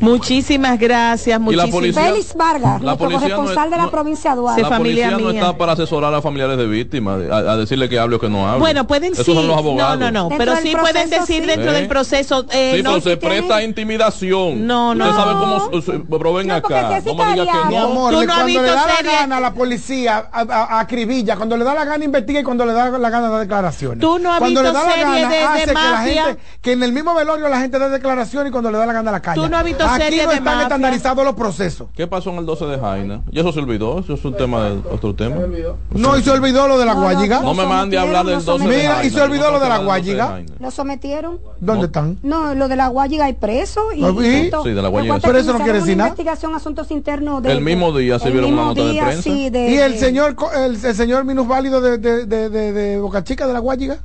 Speaker 2: Muchísimas gracias,
Speaker 4: ¿Y la
Speaker 2: muchísimas
Speaker 4: policía?
Speaker 5: Félix Vargas,
Speaker 4: La
Speaker 5: nuestro
Speaker 4: policía no
Speaker 5: corresponsal
Speaker 4: es-
Speaker 5: de la
Speaker 4: no-
Speaker 5: provincia de
Speaker 2: Pues,
Speaker 5: Duarte.
Speaker 4: la policía no está para asesorar a familiares de víctimas, de- a, a decirle que hable o que no hable.
Speaker 2: Bueno, pueden
Speaker 4: Esos
Speaker 2: sí.
Speaker 4: son los abogados.
Speaker 2: No, no, no.
Speaker 5: Dentro
Speaker 2: Pero
Speaker 5: del
Speaker 2: sí pueden
Speaker 5: proceso,
Speaker 2: decir
Speaker 5: sí.
Speaker 2: dentro
Speaker 4: ¿Eh?
Speaker 2: del proceso. eh,
Speaker 4: sí,
Speaker 2: no,
Speaker 4: pero se
Speaker 2: si tienen-
Speaker 4: presta a intimidación.
Speaker 2: No, no.
Speaker 4: Usted sabe cómo. su- su- Pero ven acá. No me diga que
Speaker 3: Mi
Speaker 4: no.
Speaker 3: amor,
Speaker 2: Tú
Speaker 3: le-
Speaker 2: no has
Speaker 3: cuando le
Speaker 2: visto
Speaker 3: da la
Speaker 2: serie.
Speaker 3: gana a la policía, a, a- acribilla. Cuando le da la gana, investiga. Y cuando le da la gana, da declaraciones.
Speaker 2: Tú no has
Speaker 3: cuando
Speaker 2: visto
Speaker 3: le da
Speaker 2: serie
Speaker 3: la gana,
Speaker 2: de- de
Speaker 3: hace que, la
Speaker 2: mafia.
Speaker 3: gente, que en el mismo velorio la gente da declaraciones y cuando le da la gana, la calla.
Speaker 2: Tú no has visto
Speaker 3: Aquí
Speaker 2: serie
Speaker 3: no
Speaker 2: de
Speaker 3: están
Speaker 2: mafia.
Speaker 3: estandarizados los procesos.
Speaker 4: ¿Qué pasó en el 12 de Jaina? Ya eso se olvidó. Eso es un tema de otro tema.
Speaker 3: No, y se olvidó lo de la guayiga.
Speaker 4: No me mande a hablar del 12 de Jaina.
Speaker 3: Mira, y se olvidó lo de la guayiga.
Speaker 5: ¿Lo sometieron?
Speaker 3: ¿Dónde están?
Speaker 5: No, lo de la Guayiga hay preso. Y,
Speaker 4: Ah,
Speaker 5: y
Speaker 4: sí.
Speaker 5: todo.
Speaker 4: Sí, de la Guayiga.
Speaker 5: Recuerda
Speaker 4: Pero
Speaker 5: que
Speaker 4: eso no
Speaker 5: iniciaron
Speaker 4: quiere decir
Speaker 5: una
Speaker 4: nada.
Speaker 5: investigación asuntos internos. de-
Speaker 4: El mismo día se
Speaker 5: el
Speaker 4: vieron una
Speaker 5: mismo
Speaker 4: nota de
Speaker 5: día,
Speaker 4: prensa.
Speaker 5: sí, de-
Speaker 3: Y el
Speaker 5: de-
Speaker 3: señor, co- el, el señor minusválido de, de, de, de, de Boca Chica, de la guayiga.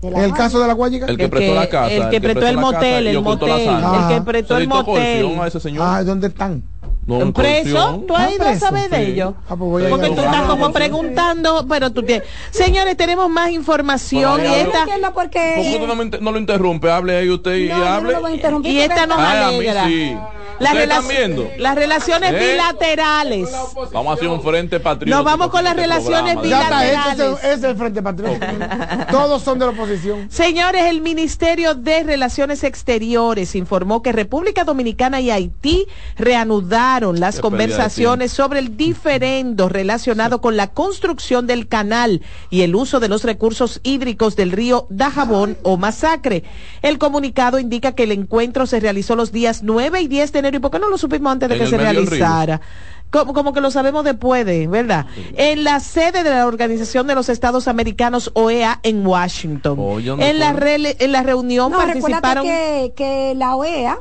Speaker 5: de la
Speaker 3: En el
Speaker 5: Guayiga.
Speaker 3: caso de la guayiga.
Speaker 4: El que prestó la casa.
Speaker 2: el que prestó el
Speaker 4: la casa
Speaker 2: motel,
Speaker 4: y
Speaker 2: el
Speaker 4: ocultó la
Speaker 2: motel,
Speaker 4: sala.
Speaker 2: el que prestó
Speaker 4: Se
Speaker 2: el
Speaker 4: dictó coerción
Speaker 2: motel.
Speaker 4: a ese señor.
Speaker 3: Ah, ¿dónde están? Ah,
Speaker 4: No, en
Speaker 2: ¿Preso?
Speaker 4: coerción.
Speaker 2: ¿Tú has ido a
Speaker 3: preso?
Speaker 2: saber de
Speaker 4: Sí.
Speaker 2: ellos?
Speaker 3: Ah, pues voy a
Speaker 2: Porque
Speaker 3: ir a-
Speaker 2: tú estás como preguntando, pero tú tienes... Señores, tenemos más información
Speaker 4: Bueno,
Speaker 2: y
Speaker 4: ahí
Speaker 5: No
Speaker 2: esta...
Speaker 5: entiendo por
Speaker 4: ¿Por qué
Speaker 2: Eh,
Speaker 5: qué.
Speaker 4: usted no, me inter- no lo interrumpe? Hable ahí usted y
Speaker 5: No, yo no
Speaker 4: hable.
Speaker 5: lo voy a interrumpir
Speaker 2: Y
Speaker 5: porque
Speaker 2: esta
Speaker 5: está-
Speaker 2: nos
Speaker 4: Ay, Ah, a mí
Speaker 2: alegra.
Speaker 4: sí.
Speaker 2: Las,
Speaker 4: ¿Ustedes están
Speaker 2: relac-
Speaker 4: viendo?
Speaker 2: las relaciones
Speaker 4: ¿Eh?
Speaker 2: bilaterales.
Speaker 4: Vamos a hacer un frente patriótico.
Speaker 2: Nos vamos con las
Speaker 4: este
Speaker 2: relaciones
Speaker 4: programa.
Speaker 3: Ya está,
Speaker 2: bilaterales.
Speaker 3: este es el, es el Frente Patriótico. Todos son de la oposición.
Speaker 2: Señores, el Ministerio de Relaciones Exteriores informó que República Dominicana y Haití reanudaron las
Speaker 4: Qué
Speaker 2: conversaciones sobre el diferendo relacionado con la construcción del canal y el uso de los recursos hídricos del río Dajabón o Masacre. El comunicado indica que el encuentro se realizó los días 9 y 10 de enero. ¿Y por qué no lo supimos antes de
Speaker 4: En
Speaker 2: que
Speaker 4: el
Speaker 2: se
Speaker 4: medio del río.
Speaker 2: realizara? Guadalajara. Como, como que lo sabemos después de, ¿verdad? En la sede de la Organización de los Estados Americanos, OEA, en Washington.
Speaker 4: Oh, yo no
Speaker 2: en, la
Speaker 4: puedo.
Speaker 2: rele- en la reunión
Speaker 5: No, recuérdate
Speaker 2: participaron...
Speaker 5: que, que la OEA,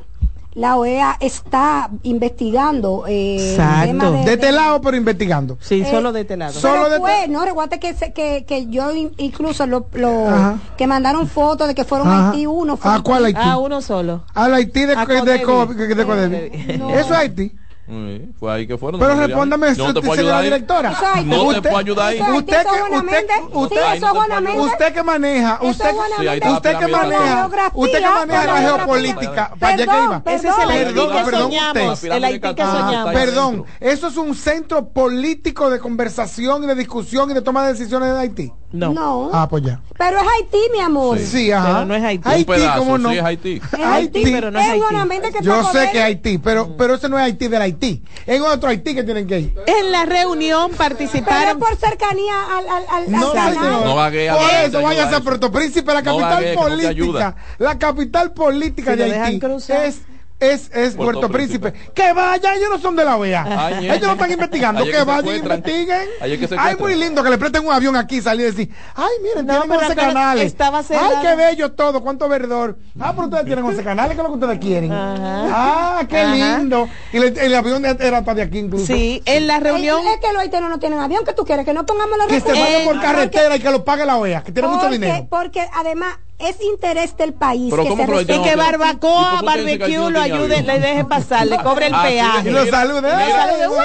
Speaker 5: la OEA está investigando eh,
Speaker 2: Exacto.
Speaker 3: De este lado, pero investigando.
Speaker 2: Sí,
Speaker 5: eh,
Speaker 2: solo de este lado.
Speaker 3: solo
Speaker 5: pero
Speaker 3: de-
Speaker 5: fue, no, recuérdate que, se- que, que yo in- incluso lo, lo-
Speaker 3: Ajá.
Speaker 5: que mandaron fotos de que fueron
Speaker 3: Ajá.
Speaker 5: a Haití uno. fue
Speaker 3: ¿A cuál Haití?
Speaker 2: Ah, uno solo.
Speaker 3: Al Haití de,
Speaker 2: A Eh,
Speaker 3: de, de,
Speaker 2: Codevi.
Speaker 3: de- de Codevi.
Speaker 2: No.
Speaker 3: Eso es Haití.
Speaker 4: Sí, fue ahí que fueron.
Speaker 3: Pero
Speaker 4: no,
Speaker 3: respóndame,
Speaker 4: yo no te puedo
Speaker 3: señora
Speaker 4: ayudar ahí.
Speaker 3: directora.
Speaker 5: Eso es Haití.
Speaker 4: No te puedo ayudar ahí.
Speaker 5: Eso es Haití,
Speaker 3: Usted
Speaker 5: eso es
Speaker 3: que-
Speaker 5: Juana
Speaker 3: usted-
Speaker 5: Méndez. Sí,
Speaker 3: usted-
Speaker 5: eso
Speaker 4: Ahí
Speaker 5: es
Speaker 4: no
Speaker 5: Juana
Speaker 4: te puedo ayudar.
Speaker 5: Méndez.
Speaker 3: Usted que maneja,
Speaker 5: Eso
Speaker 3: usted,
Speaker 5: es Juana
Speaker 4: Sí, ahí está
Speaker 5: Méndez.
Speaker 4: la
Speaker 3: usted que
Speaker 4: pirámide de la
Speaker 3: maneja,
Speaker 5: geografía,
Speaker 3: usted que maneja
Speaker 5: con
Speaker 3: la
Speaker 5: geografía.
Speaker 3: geopolítica. ¿Para allá que
Speaker 5: Perdón,
Speaker 3: iba?
Speaker 2: Ese es el Haití
Speaker 3: Perdón,
Speaker 2: que
Speaker 3: perdón,
Speaker 2: soñamos.
Speaker 4: usted.
Speaker 2: El Haití que
Speaker 4: Ah,
Speaker 2: soñamos.
Speaker 3: Perdón,
Speaker 4: adentro.
Speaker 3: eso es un centro político de conversación y de discusión y de toma de decisiones de Haití.
Speaker 2: No.
Speaker 5: No,
Speaker 3: Ah, pues ya.
Speaker 5: pero es Haití, mi amor.
Speaker 3: Sí, ajá.
Speaker 2: Pero no es Haití.
Speaker 4: Un pedazo,
Speaker 3: ¿cómo no?
Speaker 4: sí, es Haití.
Speaker 5: Es Haití,
Speaker 3: Haití.
Speaker 2: pero no es Haití.
Speaker 5: Juana Méndez que
Speaker 3: Yo
Speaker 5: está con
Speaker 3: sé
Speaker 5: él.
Speaker 3: que es Haití, pero, pero ese no es Haití del Haití. Es otro Haití que tienen que ir.
Speaker 2: En la reunión
Speaker 5: Pero es
Speaker 2: participaron...
Speaker 5: por cercanía al, al, al,
Speaker 3: No,
Speaker 5: al canal.
Speaker 3: señor.
Speaker 4: No vaguea,
Speaker 3: Por
Speaker 4: no te
Speaker 3: eso
Speaker 4: ayuda
Speaker 3: váyase a
Speaker 4: eso.
Speaker 3: Puerto Príncipe, la
Speaker 4: No
Speaker 3: capital
Speaker 4: vaguea, que no te
Speaker 3: política.
Speaker 4: ayuda.
Speaker 3: la capital política
Speaker 2: Si
Speaker 3: de
Speaker 2: lo dejan
Speaker 3: Haití
Speaker 2: cruzar.
Speaker 3: es es, es Puerto,
Speaker 4: Puerto
Speaker 3: Príncipe.
Speaker 4: Príncipe.
Speaker 3: Que vayan, ellos no son de la OEA.
Speaker 4: Ay,
Speaker 3: ellos no están
Speaker 4: ñe.
Speaker 3: investigando.
Speaker 4: Ahí es
Speaker 3: Que
Speaker 4: que
Speaker 3: vayan y
Speaker 4: secuestran.
Speaker 3: investiguen.
Speaker 4: Ahí es que
Speaker 3: Ay,
Speaker 4: secuestran.
Speaker 3: muy lindo que le presten un avión aquí y salir y decir, ay, miren,
Speaker 2: No,
Speaker 3: tienen
Speaker 2: pero
Speaker 3: 11
Speaker 2: acuérdate,
Speaker 3: canales.
Speaker 2: estaba
Speaker 3: ay,
Speaker 2: cerrado.
Speaker 3: qué bello todo, cuánto verdor. Ah, pero ustedes tienen 11 canales, que es lo que ustedes quieren. Ah, qué
Speaker 2: Ajá.
Speaker 3: lindo. Y le- el avión era hasta de aquí incluso.
Speaker 2: Sí, en la reunión...
Speaker 5: Es que los haitianos no tienen avión, que tú quieres que no pongamos la
Speaker 3: Que se
Speaker 5: recursos?
Speaker 3: vaya por
Speaker 2: Eh,
Speaker 3: carretera y que lo pague la OEA, que tiene mucho dinero.
Speaker 5: Porque además es interés del país.
Speaker 4: Pero
Speaker 5: que
Speaker 4: ¿cómo
Speaker 5: se
Speaker 4: los
Speaker 2: Y
Speaker 5: respete.
Speaker 4: haitianos
Speaker 2: que
Speaker 4: no tienen- ¿Y
Speaker 2: Barbacoa,
Speaker 4: por qué usted dice que
Speaker 2: Barbecue
Speaker 4: Haití no
Speaker 2: lo
Speaker 4: tiene
Speaker 2: ayude,
Speaker 4: avión?
Speaker 2: le deje pasar, le cobre el
Speaker 4: Así de-
Speaker 2: peaje.
Speaker 3: Y lo salude.
Speaker 4: Mira,
Speaker 3: ¡Ay, guau!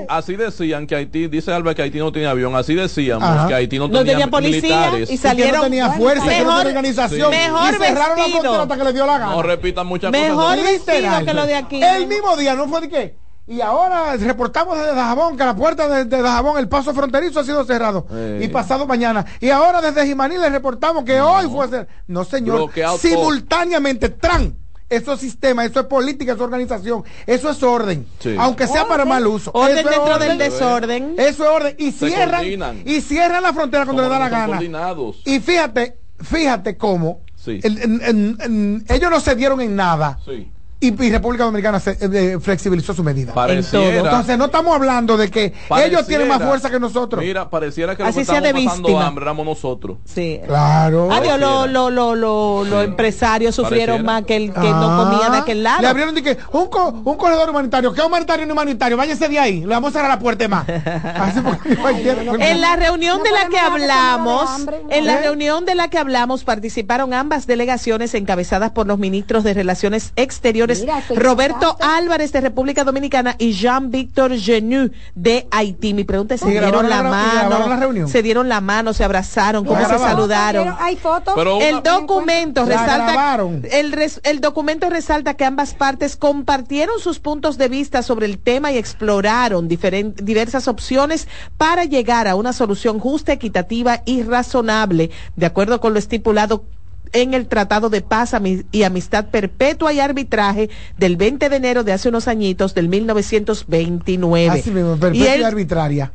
Speaker 4: ey, así decían que Haití, dice Albert que Haití no tiene avión, así decíamos
Speaker 3: Ajá.
Speaker 4: que Haití no,
Speaker 2: No tenía policía
Speaker 4: militares.
Speaker 2: y
Speaker 3: Y que
Speaker 2: salieron
Speaker 3: no tenía fuerza, que no
Speaker 2: Mejor-
Speaker 3: tenía organización.
Speaker 2: sí. mejor
Speaker 3: y cerraron la
Speaker 2: vestido.
Speaker 3: frontera hasta que le dio la gana.
Speaker 4: No repitan muchas
Speaker 2: Mejor
Speaker 4: cosas. ¿no?
Speaker 2: vestido
Speaker 3: Literal.
Speaker 2: que lo de aquí.
Speaker 3: El mismo día, ¿no fue de qué? Y ahora reportamos desde Dajabón que la puerta de, de Dajabón, el paso fronterizo ha sido cerrado.
Speaker 4: Eh.
Speaker 3: Y pasado mañana. Y ahora desde Jimaní le reportamos que hoy fue a ser. No, señor.
Speaker 4: Bloqueado todo.
Speaker 3: Simultáneamente, TRAN. Eso es sistema, eso es política, eso es organización, eso es orden.
Speaker 4: Sí.
Speaker 3: Aunque sea para mal uso.
Speaker 2: Orden
Speaker 3: eso es
Speaker 2: dentro
Speaker 3: orden.
Speaker 2: del desorden.
Speaker 3: Eso es orden. Y
Speaker 4: Se
Speaker 3: cierran,
Speaker 4: coordinan.
Speaker 3: y cierran la frontera cuando
Speaker 4: Como
Speaker 3: le da la
Speaker 4: no son
Speaker 3: gana.
Speaker 4: coordinados.
Speaker 3: Y fíjate, fíjate cómo
Speaker 4: Sí.
Speaker 3: el- en- en- en- ellos no se dieron en nada.
Speaker 4: Sí.
Speaker 3: Y, y República Dominicana se, eh, eh, flexibilizó su medida.
Speaker 4: Pareciera.
Speaker 3: Entonces no estamos hablando de que
Speaker 4: pareciera-
Speaker 3: ellos tienen más fuerza que nosotros.
Speaker 4: Mira, pareciera que los
Speaker 2: Así
Speaker 4: que
Speaker 2: sea
Speaker 4: estábamos
Speaker 2: de
Speaker 4: pasando
Speaker 2: víctima.
Speaker 4: hambre éramos nosotros.
Speaker 2: Sí.
Speaker 3: Claro.
Speaker 2: Adiós, los
Speaker 4: Pareciera.
Speaker 2: Ah, lo, lo, lo- los empresarios sufrieron
Speaker 4: Pareciera.
Speaker 2: más que el que
Speaker 3: Ah.
Speaker 2: no comía de aquel lado.
Speaker 3: Le abrieron de que un, co- un corredor humanitario. ¿Qué humanitario ni humanitario? Váyase de ahí. Le vamos a cerrar la puerta de más. Así porque cualquiera-
Speaker 2: En la reunión
Speaker 5: No
Speaker 2: de la
Speaker 5: podemos
Speaker 2: que
Speaker 5: dejar de comer
Speaker 2: hablamos,
Speaker 5: de hambre, ¿no?
Speaker 2: en la
Speaker 3: ¿Eh?
Speaker 2: reunión de la que hablamos participaron ambas delegaciones encabezadas por los ministros de Relaciones Exteriores
Speaker 5: Mira, estoy
Speaker 2: Roberto
Speaker 5: bastante.
Speaker 2: Álvarez de República Dominicana y Jean-Víctor Genu de Haití. Mi pregunta es
Speaker 3: ¿Y
Speaker 2: si dieron
Speaker 3: grabaron
Speaker 2: la,
Speaker 3: la- y
Speaker 2: mano,
Speaker 3: grabaron la reunión?
Speaker 2: se dieron la mano, se abrazaron, cómo se
Speaker 3: grabaron?
Speaker 2: saludaron.
Speaker 5: Hay fotos.
Speaker 4: Pero una-
Speaker 2: El documento
Speaker 3: La
Speaker 2: resalta
Speaker 3: grabaron.
Speaker 2: el, res- el documento resalta que ambas partes compartieron sus puntos de vista sobre el tema y exploraron diferen- diversas opciones para llegar a una solución justa, equitativa y razonable, de acuerdo con lo estipulado en el Tratado de Paz Ami- y Amistad Perpetua y Arbitraje del 20 de enero de hace unos añitos, del 1929.
Speaker 3: Así mismo,
Speaker 2: y
Speaker 3: Ah, perpetua y
Speaker 2: él-
Speaker 3: arbitraria.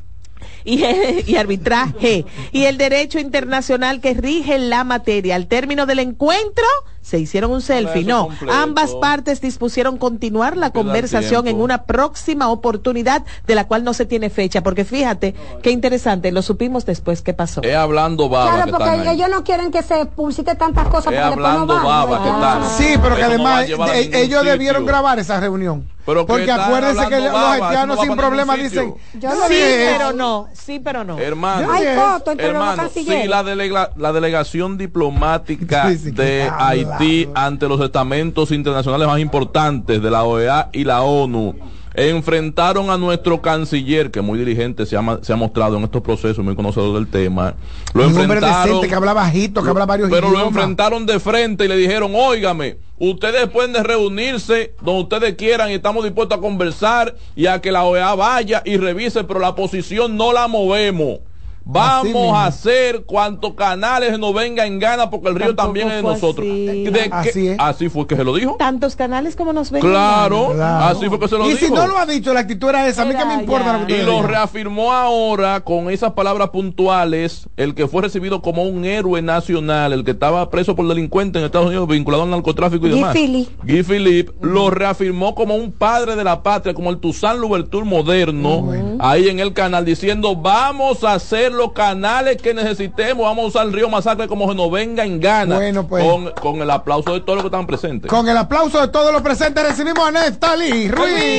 Speaker 2: y, y arbitraje y el derecho internacional que rige la materia. Al término del encuentro se hicieron un selfie,
Speaker 4: eso
Speaker 2: no.
Speaker 4: completo.
Speaker 2: Ambas partes dispusieron continuar la
Speaker 4: Queda
Speaker 2: conversación en
Speaker 4: tiempo.
Speaker 2: una próxima oportunidad de la cual no se tiene fecha, porque fíjate qué interesante, lo supimos después qué pasó.
Speaker 4: Es hablando baba
Speaker 5: Claro,
Speaker 4: que
Speaker 5: porque
Speaker 4: están ahí.
Speaker 5: ellos no quieren que se publicite tantas cosas.
Speaker 4: Eh,
Speaker 5: porque después no
Speaker 4: hablando
Speaker 5: van.
Speaker 4: baba que están.
Speaker 3: Ah. Sí, pero que
Speaker 4: Eso no va a
Speaker 3: además
Speaker 4: llevar a
Speaker 3: de-
Speaker 4: ningún
Speaker 3: ellos
Speaker 4: sitio.
Speaker 3: debieron grabar esa reunión.
Speaker 4: Pero que
Speaker 3: Porque
Speaker 4: están
Speaker 3: acuérdense que
Speaker 4: hablando
Speaker 3: los
Speaker 4: babas,
Speaker 3: haitianos
Speaker 4: eso no va
Speaker 3: sin
Speaker 4: para ningún
Speaker 3: problema
Speaker 4: sitio.
Speaker 3: dicen.
Speaker 5: Yo
Speaker 3: "Yo
Speaker 5: lo
Speaker 3: no
Speaker 2: Sí,
Speaker 3: dije
Speaker 2: pero
Speaker 3: eso".
Speaker 2: no, sí, pero no.
Speaker 4: Hermano,
Speaker 5: Hay fotos entre los
Speaker 4: hermano,
Speaker 5: cancilleres.
Speaker 4: si la, delega- la delegación diplomática
Speaker 3: Sí, sí, que
Speaker 4: de
Speaker 3: está
Speaker 4: Haití
Speaker 3: hablando.
Speaker 4: ante los estamentos internacionales más importantes de E la OEA y la ONU enfrentaron a nuestro canciller, que muy diligente se ha, ma- se ha mostrado en estos procesos, muy conocedor del tema. Lo
Speaker 3: Un hombre
Speaker 4: enfrentaron,
Speaker 3: decente que habla bajito, que habla varios
Speaker 4: pero lo
Speaker 3: idiomas.
Speaker 4: enfrentaron de frente y le dijeron, óigame, ustedes pueden reunirse donde ustedes quieran y estamos dispuestos a conversar y a que la OEA vaya y revise, pero la posición no la movemos. Vamos
Speaker 3: mismo.
Speaker 4: a hacer cuantos canales nos venga en gana porque el río
Speaker 2: Tampoco
Speaker 4: también es de
Speaker 2: fue
Speaker 4: nosotros.
Speaker 2: así.
Speaker 4: ¿De qué-
Speaker 3: Así es.
Speaker 4: así fue que se lo dijo.
Speaker 2: Tantos canales como nos ven.
Speaker 4: Claro,
Speaker 3: Claro.
Speaker 4: así fue que se lo
Speaker 3: y
Speaker 4: dijo.
Speaker 3: si no lo ha dicho, la actitud era esa. A mí que me
Speaker 2: Era,
Speaker 3: importa
Speaker 2: ya.
Speaker 3: lo que
Speaker 4: y
Speaker 3: ustedes
Speaker 4: lo
Speaker 3: digan.
Speaker 4: reafirmó ahora con esas palabras puntuales, el que fue recibido como un héroe nacional, el que estaba preso por delincuente en Estados Unidos vinculado al narcotráfico y
Speaker 5: Guy
Speaker 4: demás.
Speaker 5: Philip.
Speaker 4: Guy Philip lo reafirmó como un padre de la patria, como el Toussaint Louverture moderno, ahí en el canal, diciendo vamos a hacer los canales que necesitemos, vamos a usar el río Masacre como se nos venga en gana,
Speaker 3: Bueno, pues.
Speaker 4: con, con el aplauso de todos los que están presentes.
Speaker 3: Con el aplauso de todos los presentes recibimos a Neftali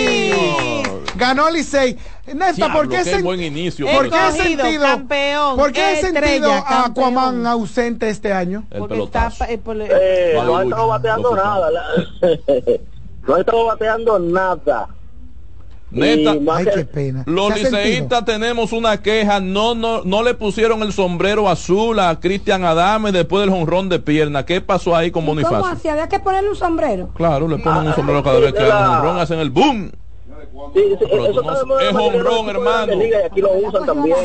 Speaker 3: Ruiz. Ganó Licey. Nefta,
Speaker 4: Diablo,
Speaker 3: ¿por qué,
Speaker 4: qué
Speaker 3: sen-
Speaker 4: buen inicio,
Speaker 3: ¿por
Speaker 4: pero-
Speaker 3: qué he
Speaker 2: Escogido,
Speaker 3: sentido,
Speaker 2: campeón,
Speaker 3: ¿por qué he
Speaker 2: estrella,
Speaker 3: sentido a
Speaker 2: campeón.
Speaker 3: Aquaman ausente este año?
Speaker 4: El
Speaker 2: Porque
Speaker 4: pelotazo.
Speaker 2: está, eh, por-
Speaker 12: Eh, no ha
Speaker 4: Aleluya,
Speaker 12: estado bateando
Speaker 4: lo que
Speaker 12: nada. la- no ha estado bateando nada.
Speaker 4: Neta,
Speaker 12: Y más
Speaker 3: Ay,
Speaker 12: que-
Speaker 3: qué pena.
Speaker 4: Los
Speaker 3: ¿Se ha sentido?
Speaker 4: liceístas tenemos una queja, no, no, no le pusieron el sombrero azul a Cristian Adame después del jonrón de pierna. ¿Qué pasó ahí con
Speaker 5: ¿Cómo
Speaker 4: Bonifacio?
Speaker 5: así? Había que ponerle un sombrero.
Speaker 4: Claro, le ponen un sombrero cada vez que hay un jonrón, hacen el boom.
Speaker 12: Sí, sí,
Speaker 4: Pero
Speaker 12: eso
Speaker 4: tú no-
Speaker 12: está de moda
Speaker 4: es
Speaker 12: en los
Speaker 4: jonrón,
Speaker 12: equipos de Grandes
Speaker 4: hermano.
Speaker 12: Ligas y aquí lo usan también.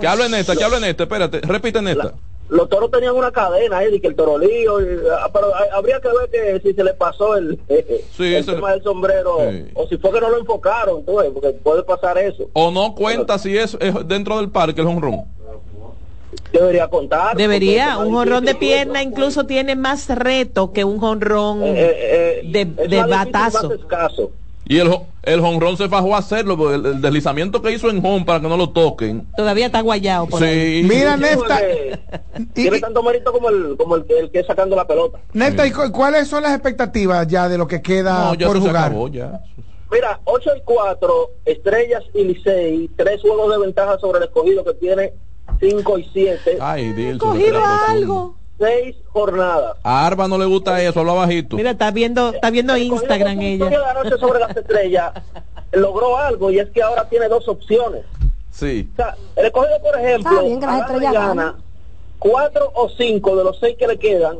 Speaker 4: Que hablen esta, que hablen esta, espérate, repiten esta.
Speaker 12: Los toros tenían una cadena, eh, de que el torolío, y- ah, pero hay- habría que ver que si se le pasó el,
Speaker 4: Sí,
Speaker 12: el
Speaker 4: se le-
Speaker 12: tema del sombrero,
Speaker 4: Sí.
Speaker 12: o si fue que no lo enfocaron, tú ves, porque puede pasar eso.
Speaker 4: O no cuenta si es, es dentro del parque el jonrón.
Speaker 12: Debería contar.
Speaker 2: Debería, un
Speaker 12: jorrón
Speaker 2: jonrón de pierna incluso tiene más reto que un jonrón
Speaker 12: Eh,
Speaker 2: de, de batazo.
Speaker 12: Escaso.
Speaker 4: Y el, jo- el jonrón se fajó a hacerlo, porque el, el deslizamiento que hizo en home para que no lo toquen.
Speaker 2: Todavía está guayado. Por ahí.
Speaker 4: Sí.
Speaker 3: Mira,
Speaker 12: Sí,
Speaker 3: Nefta.
Speaker 12: porque
Speaker 3: Y,
Speaker 12: Tiene
Speaker 3: y-
Speaker 12: tanto mérito como el, como el, que- el que es sacando la pelota.
Speaker 3: Nefta, ¿y cu- ¿cuáles son las expectativas ya de lo que queda
Speaker 4: No, ya
Speaker 3: por
Speaker 4: eso se
Speaker 3: jugar?
Speaker 4: acabó, ya.
Speaker 12: Mira, 8 y 4, Estrellas y Licey, tres juegos de ventaja sobre el escogido que tiene 5 y 7,
Speaker 4: Ay, Dilson,
Speaker 2: Cogido
Speaker 4: espérate,
Speaker 2: algo.
Speaker 12: 6 jornadas.
Speaker 4: A Arba no le gusta eso, habla bajito.
Speaker 2: Mira, está viendo, está viendo
Speaker 12: El escogido
Speaker 2: Instagram
Speaker 12: con su victoria
Speaker 2: ella.
Speaker 12: de anoche sobre las estrellas logró algo y es que ahora tiene dos opciones.
Speaker 4: Sí.
Speaker 12: O sea, el escogido, por ejemplo,
Speaker 5: Está bien que las
Speaker 12: agarra y
Speaker 5: estrellas
Speaker 12: gana
Speaker 5: ganan.
Speaker 12: 4 o 5 de los 6 que le quedan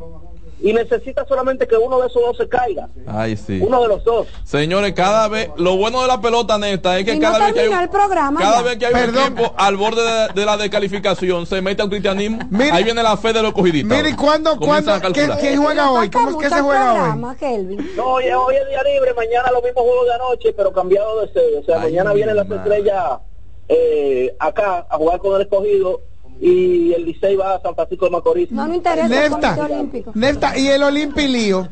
Speaker 12: y necesita solamente que uno de esos dos se caiga,
Speaker 4: Ay, sí.
Speaker 12: uno de los dos.
Speaker 4: Señores, cada vez, lo bueno de la pelota neta es que
Speaker 5: Y
Speaker 4: cada
Speaker 5: no
Speaker 4: vez que hay un,
Speaker 5: terminó el programa.
Speaker 4: cada
Speaker 5: ya.
Speaker 4: vez que hay un
Speaker 3: Perdón.
Speaker 4: equipo al borde de, de la descalificación, se mete al cristianismo,
Speaker 3: Mira-
Speaker 4: ahí viene la fe de los cogiditos.
Speaker 3: Mire, ¿y ¿cuándo,
Speaker 4: Comienzan
Speaker 3: cuándo,
Speaker 4: a
Speaker 3: ¿quién,
Speaker 4: calcular.
Speaker 3: quién
Speaker 5: Pero
Speaker 3: juega
Speaker 5: no
Speaker 3: hoy?
Speaker 5: falta
Speaker 3: ¿Cómo, ¿Qué
Speaker 5: mucho
Speaker 3: se
Speaker 5: el
Speaker 3: juega hoy?
Speaker 5: programa, Kelvin.
Speaker 12: No, hoy es, hoy es día libre, mañana los mismos juegos de anoche, pero cambiado de sede. O sea,
Speaker 4: Ay,
Speaker 12: mañana
Speaker 4: mi
Speaker 12: vienen las
Speaker 4: madre.
Speaker 12: estrellas eh, acá a jugar con el escogido y el Licey va a San Francisco de Macorís.
Speaker 5: No, no interesa. el
Speaker 3: Nefta,
Speaker 5: Comité Olímpico.
Speaker 3: Nefta, y el Olimpilío.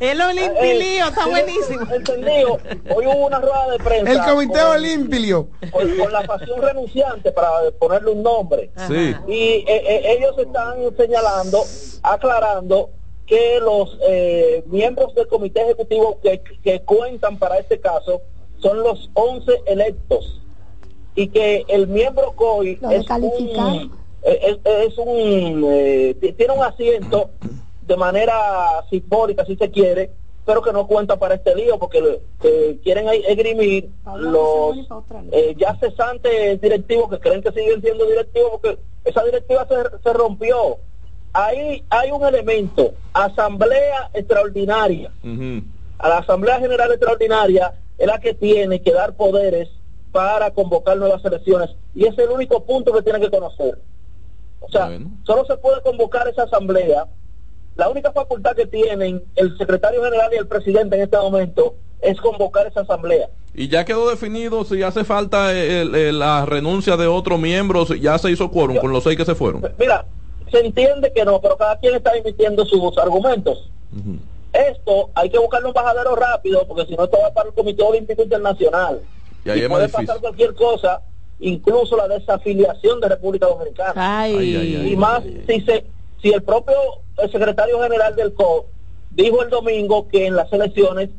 Speaker 2: El
Speaker 12: Eh,
Speaker 2: olimpilío está
Speaker 12: sí,
Speaker 2: buenísimo.
Speaker 12: Entendido. Hoy hubo una rueda de prensa.
Speaker 3: El Comité
Speaker 12: con-
Speaker 3: Olimpilio.
Speaker 12: Con, con la pasión renunciante, para ponerle un nombre.
Speaker 4: Sí.
Speaker 12: Y eh, eh, ellos están señalando, aclarando que los eh, miembros del comité ejecutivo que, que cuentan para este caso son los 11 electos y que el miembro COI
Speaker 5: Lo
Speaker 12: es
Speaker 5: descalificaron.
Speaker 12: un, eh, es, es un eh, ti- tiene un asiento de manera simbólica si se quiere pero que no cuenta para este lío porque eh, quieren e- esgrimir
Speaker 5: Pablo
Speaker 12: los
Speaker 5: Rosselló y para otra liga.
Speaker 12: eh, ya cesantes directivos que creen que siguen siendo directivos porque esa directiva se, se rompió ahí hay un elemento asamblea extraordinaria
Speaker 4: Ujú.
Speaker 12: a la Asamblea General Extraordinaria es la que tiene que dar poderes para convocar nuevas elecciones y es el único punto que tienen que conocer. O sea,
Speaker 4: Bueno.
Speaker 12: solo se puede convocar esa asamblea. La única facultad que tienen el secretario general y el presidente en este momento es convocar esa asamblea.
Speaker 4: Y ya quedó definido si hace falta el- el- la renuncia de otro miembro, si ya se hizo quórum con los seis que se fueron.
Speaker 12: Mira, se entiende que no, pero cada quien está emitiendo sus argumentos.
Speaker 4: Ujú.
Speaker 12: Esto hay que buscarle un bajadero rápido, porque si no, esto va para el Comité Olímpico Internacional.
Speaker 4: Y ahí es más
Speaker 12: puede
Speaker 4: difícil.
Speaker 12: pasar cualquier cosa, incluso la desafiliación de República Dominicana.
Speaker 2: Ay,
Speaker 4: Ay, ay, ay.
Speaker 12: y más si, se, si el propio eh, secretario general del CO dijo el domingo que en las elecciones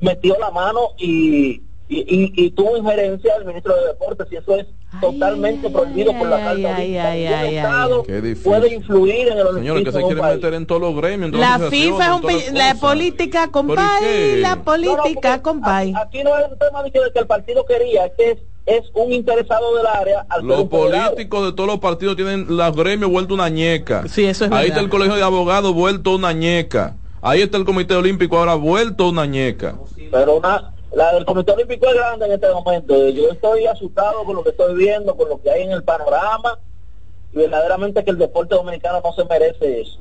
Speaker 12: metió la mano y y, y, y tuvo injerencia el ministro de Deportes y eso es totalmente prohibido por la Carta Olímpica. Y el Estado
Speaker 4: Qué difícil.
Speaker 12: puede influir en el
Speaker 4: Señores, que se
Speaker 12: de un
Speaker 4: quieren
Speaker 12: país.
Speaker 4: meter en todos los gremios. en todas las
Speaker 2: La FIFA es un
Speaker 4: asociaciones,
Speaker 2: pi-
Speaker 4: en todas
Speaker 2: la
Speaker 4: las cosas.
Speaker 2: política,
Speaker 4: ¿Pero y
Speaker 2: compay,
Speaker 4: qué?
Speaker 2: la política, compay.
Speaker 12: Aquí no es un tema de que, de que el partido quería, es que es, es un interesado del área al ser
Speaker 4: Los
Speaker 12: un federado.
Speaker 4: políticos de todos los partidos tienen los gremios vuelto una ñeca.
Speaker 2: Sí, eso es verdad.
Speaker 4: Ahí está el colegio de abogados vuelto una ñeca. Ahí está el comité olímpico ahora vuelto una ñeca.
Speaker 12: Pero una, la del Comité Olímpico es grande en este momento. Yo estoy asustado con lo que estoy viendo, con lo que hay en el panorama. Y verdaderamente que el deporte dominicano no se merece eso.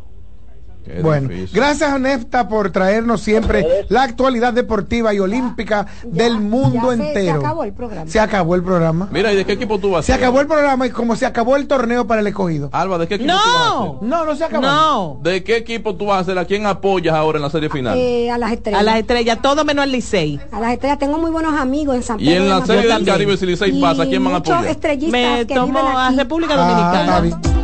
Speaker 4: Qué
Speaker 3: Bueno,
Speaker 4: difícil.
Speaker 3: gracias Onefta por traernos siempre la actualidad deportiva y olímpica del mundo
Speaker 5: se- se
Speaker 3: entero.
Speaker 5: acabó el programa.
Speaker 3: Se acabó el programa.
Speaker 4: Mira, ¿y de qué equipo tú vas? a
Speaker 3: Se
Speaker 4: ser?
Speaker 3: acabó el programa y como se acabó el torneo para el escogido.
Speaker 4: Alba, ¿de qué equipo tú vas a
Speaker 2: No,
Speaker 4: ser?
Speaker 3: No, no se acabó.
Speaker 2: no.
Speaker 4: ¿De qué equipo tú vas a ser? ¿A quién apoyas ahora en la serie final?
Speaker 5: Eh, a las estrellas.
Speaker 2: A las estrellas, todo menos al Licey.
Speaker 5: A las estrellas tengo muy buenos amigos en San
Speaker 4: Y
Speaker 5: Pedro.
Speaker 4: en la
Speaker 5: Macorís.
Speaker 4: Serie del
Speaker 5: Yo también.
Speaker 4: Caribe, si Licey
Speaker 5: Y
Speaker 4: pasa, ¿quién van a
Speaker 5: muchos
Speaker 4: apoyar?
Speaker 5: estrellistas
Speaker 2: Me
Speaker 5: que viven
Speaker 2: tomo a
Speaker 5: aquí.
Speaker 2: República
Speaker 3: Ah, está
Speaker 2: Dominicana.
Speaker 3: bien.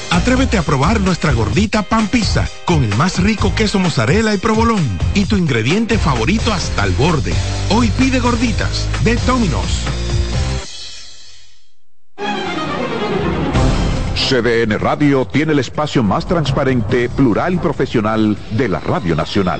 Speaker 13: Atrévete a probar nuestra gordita pan pizza con el más rico queso mozzarella y provolón y tu ingrediente favorito hasta el borde. Hoy pide gorditas de Domino's.
Speaker 10: CDN Radio tiene el espacio más transparente, plural y profesional de la Radio Nacional.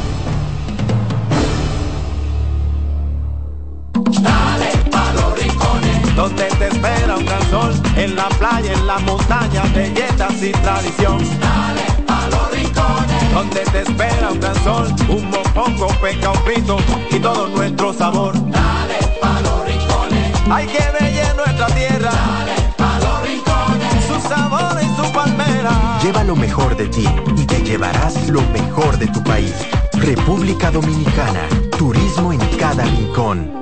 Speaker 14: a los rincones, donde te espera un gran sol, en la playa, en la montaña, belletas y tradición. Dale a los rincones, donde te espera un gran sol, un mopongo, peca, un frito y todo nuestro sabor. Dale a los rincones, hay que bella es nuestra tierra. Dale a los rincones, su sabor y su palmera.
Speaker 15: Lleva lo mejor de ti y te llevarás lo mejor de tu país. República Dominicana. Turismo en cada rincón.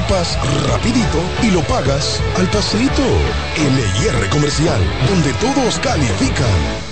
Speaker 9: rapidito y lo pagas al pasito. LIR Comercial, donde todos califican.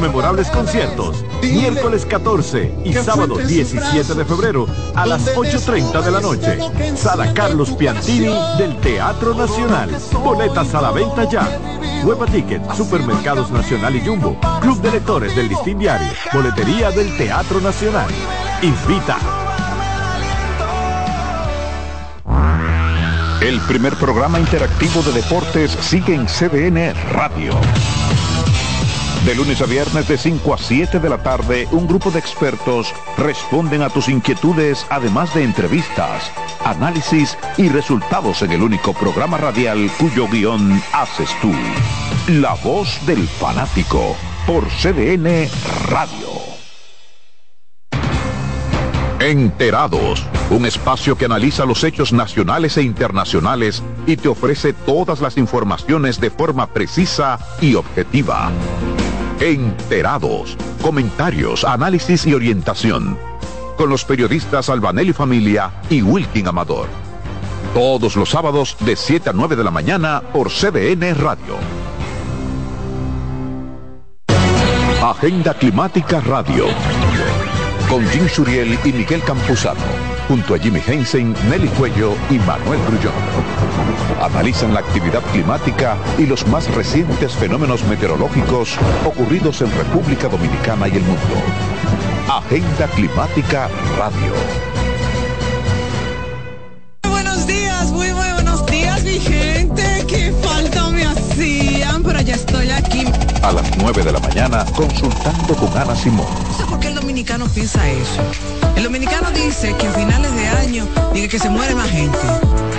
Speaker 16: memorables conciertos, miércoles 14 y sábado 17 de febrero a las 8.30 de la noche. Sala Carlos Piantini del Teatro Nacional. Boletas a la venta ya. Hueva Ticket, Supermercados Nacional y Jumbo, Club de Lectores del Listín Diario, Boletería del Teatro Nacional. Invita.
Speaker 10: El primer programa interactivo de deportes sigue en CDN Radio. De lunes a viernes de 5 a 7 de la tarde, un grupo de expertos responden a tus inquietudes además de entrevistas, análisis y resultados en el único programa radial cuyo guión haces tú. La voz del fanático por CDN Radio. Enterados, un espacio que analiza los hechos nacionales e internacionales y te ofrece todas las informaciones de forma precisa y objetiva. Enterados, comentarios, análisis y orientación. Con los periodistas Albanelli Familia y Wilkin Amador. Todos los sábados de 7 a 9 de la mañana por CDN Radio. Agenda Climática Radio. Con Jim Suriel y Miguel Campuzano. Junto a Jimmy Hensen, Nelly Cuello y Manuel Grullón. Analizan la actividad climática y los más recientes fenómenos meteorológicos ocurridos en República Dominicana y el mundo. Agenda Climática Radio.
Speaker 17: buenos días, muy, muy buenos días, mi gente. Qué falta me hacían, pero ya estoy aquí.
Speaker 10: A las 9 de la mañana, consultando con Ana Simón.
Speaker 18: No sé por qué el dominicano piensa eso. El dominicano dice que a finales de año, dice que se muere más gente.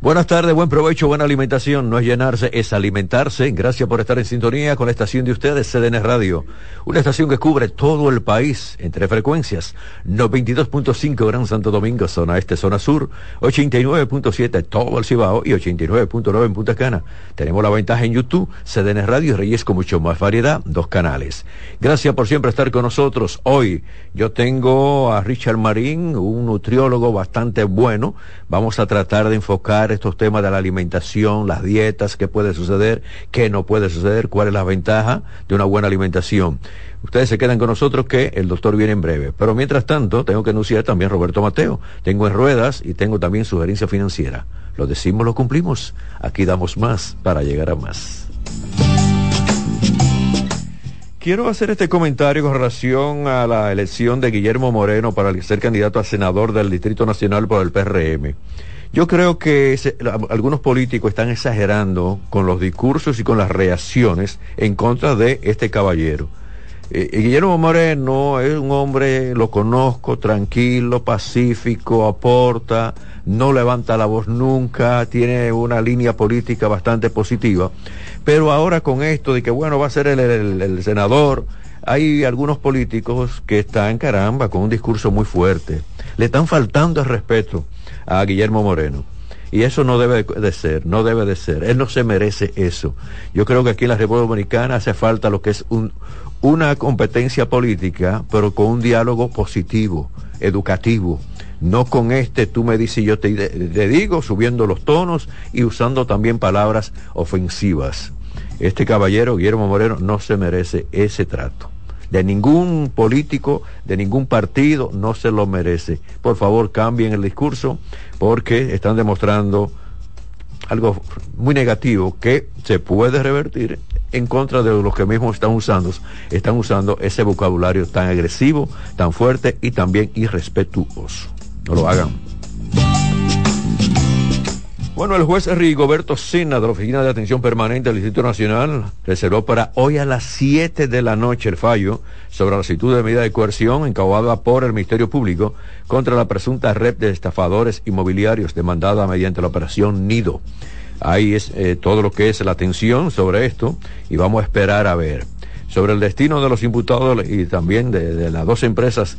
Speaker 19: Buenas tardes, buen provecho, buena alimentación. No es llenarse, es alimentarse. Gracias por estar en sintonía con la estación de ustedes, CDN Radio. Una estación que cubre todo el país en tres frecuencias. 92.5 Gran Santo Domingo, zona este, zona sur. 89.7 todo el Cibao y 89.9 en Punta Cana. Tenemos la ventaja en YouTube, CDN Radio y Reyes con mucho más variedad, dos canales. Gracias por siempre estar con nosotros. Hoy yo tengo a Richard Marín, un nutriólogo bastante bueno. Vamos a tratar de enfocar estos temas de la alimentación, las dietas, qué puede suceder, qué no puede suceder, cuál es la ventaja de una buena alimentación. Ustedes se quedan con nosotros que el doctor viene en breve. Pero mientras tanto, tengo que anunciar también Roberto Mateo. Tengo en ruedas y tengo también sugerencia financiera. Lo decimos, lo cumplimos. Aquí damos más para llegar a más. Quiero hacer este comentario con relación a la elección de Guillermo Moreno para ser candidato a senador del Distrito Nacional por el PRM. Yo creo que se- la- algunos políticos están exagerando con los discursos y con las reacciones en contra de este caballero. Eh, eh, Guillermo Moreno es un hombre, lo conozco, tranquilo, pacífico, aporta, no levanta la voz nunca, tiene una línea política bastante positiva. Pero ahora con esto de que, bueno, va a ser el, el- el senador, hay algunos políticos que están, caramba, con un discurso muy fuerte. Le están faltando el respeto a Guillermo Moreno. Y eso no debe de ser, no debe de ser. Él no se merece eso. Yo creo que aquí en la República Dominicana hace falta lo que es un, una competencia política, pero con un diálogo positivo, educativo. No con este tú me dices y yo te, te digo, subiendo los tonos y usando también palabras ofensivas. Este caballero, Guillermo Moreno, no se merece ese trato. De ningún político, de ningún partido, no se lo merece. Por favor, cambien el discurso porque están demostrando algo muy negativo que se puede revertir en contra de los que mismos están usando, están usando ese vocabulario tan agresivo, tan fuerte y también irrespetuoso. No lo hagan. Bueno, el juez Rigoberto Sena de la Oficina de Atención Permanente del Instituto Nacional reservó para hoy a las 7 de la noche el fallo sobre la solicitud de medida de coerción encauzada por el Ministerio Público contra la presunta red de estafadores inmobiliarios demandada mediante la operación Nido. Ahí es eh, todo lo que es la atención sobre esto y vamos a esperar a ver sobre el destino de los imputados y también de, de las dos empresas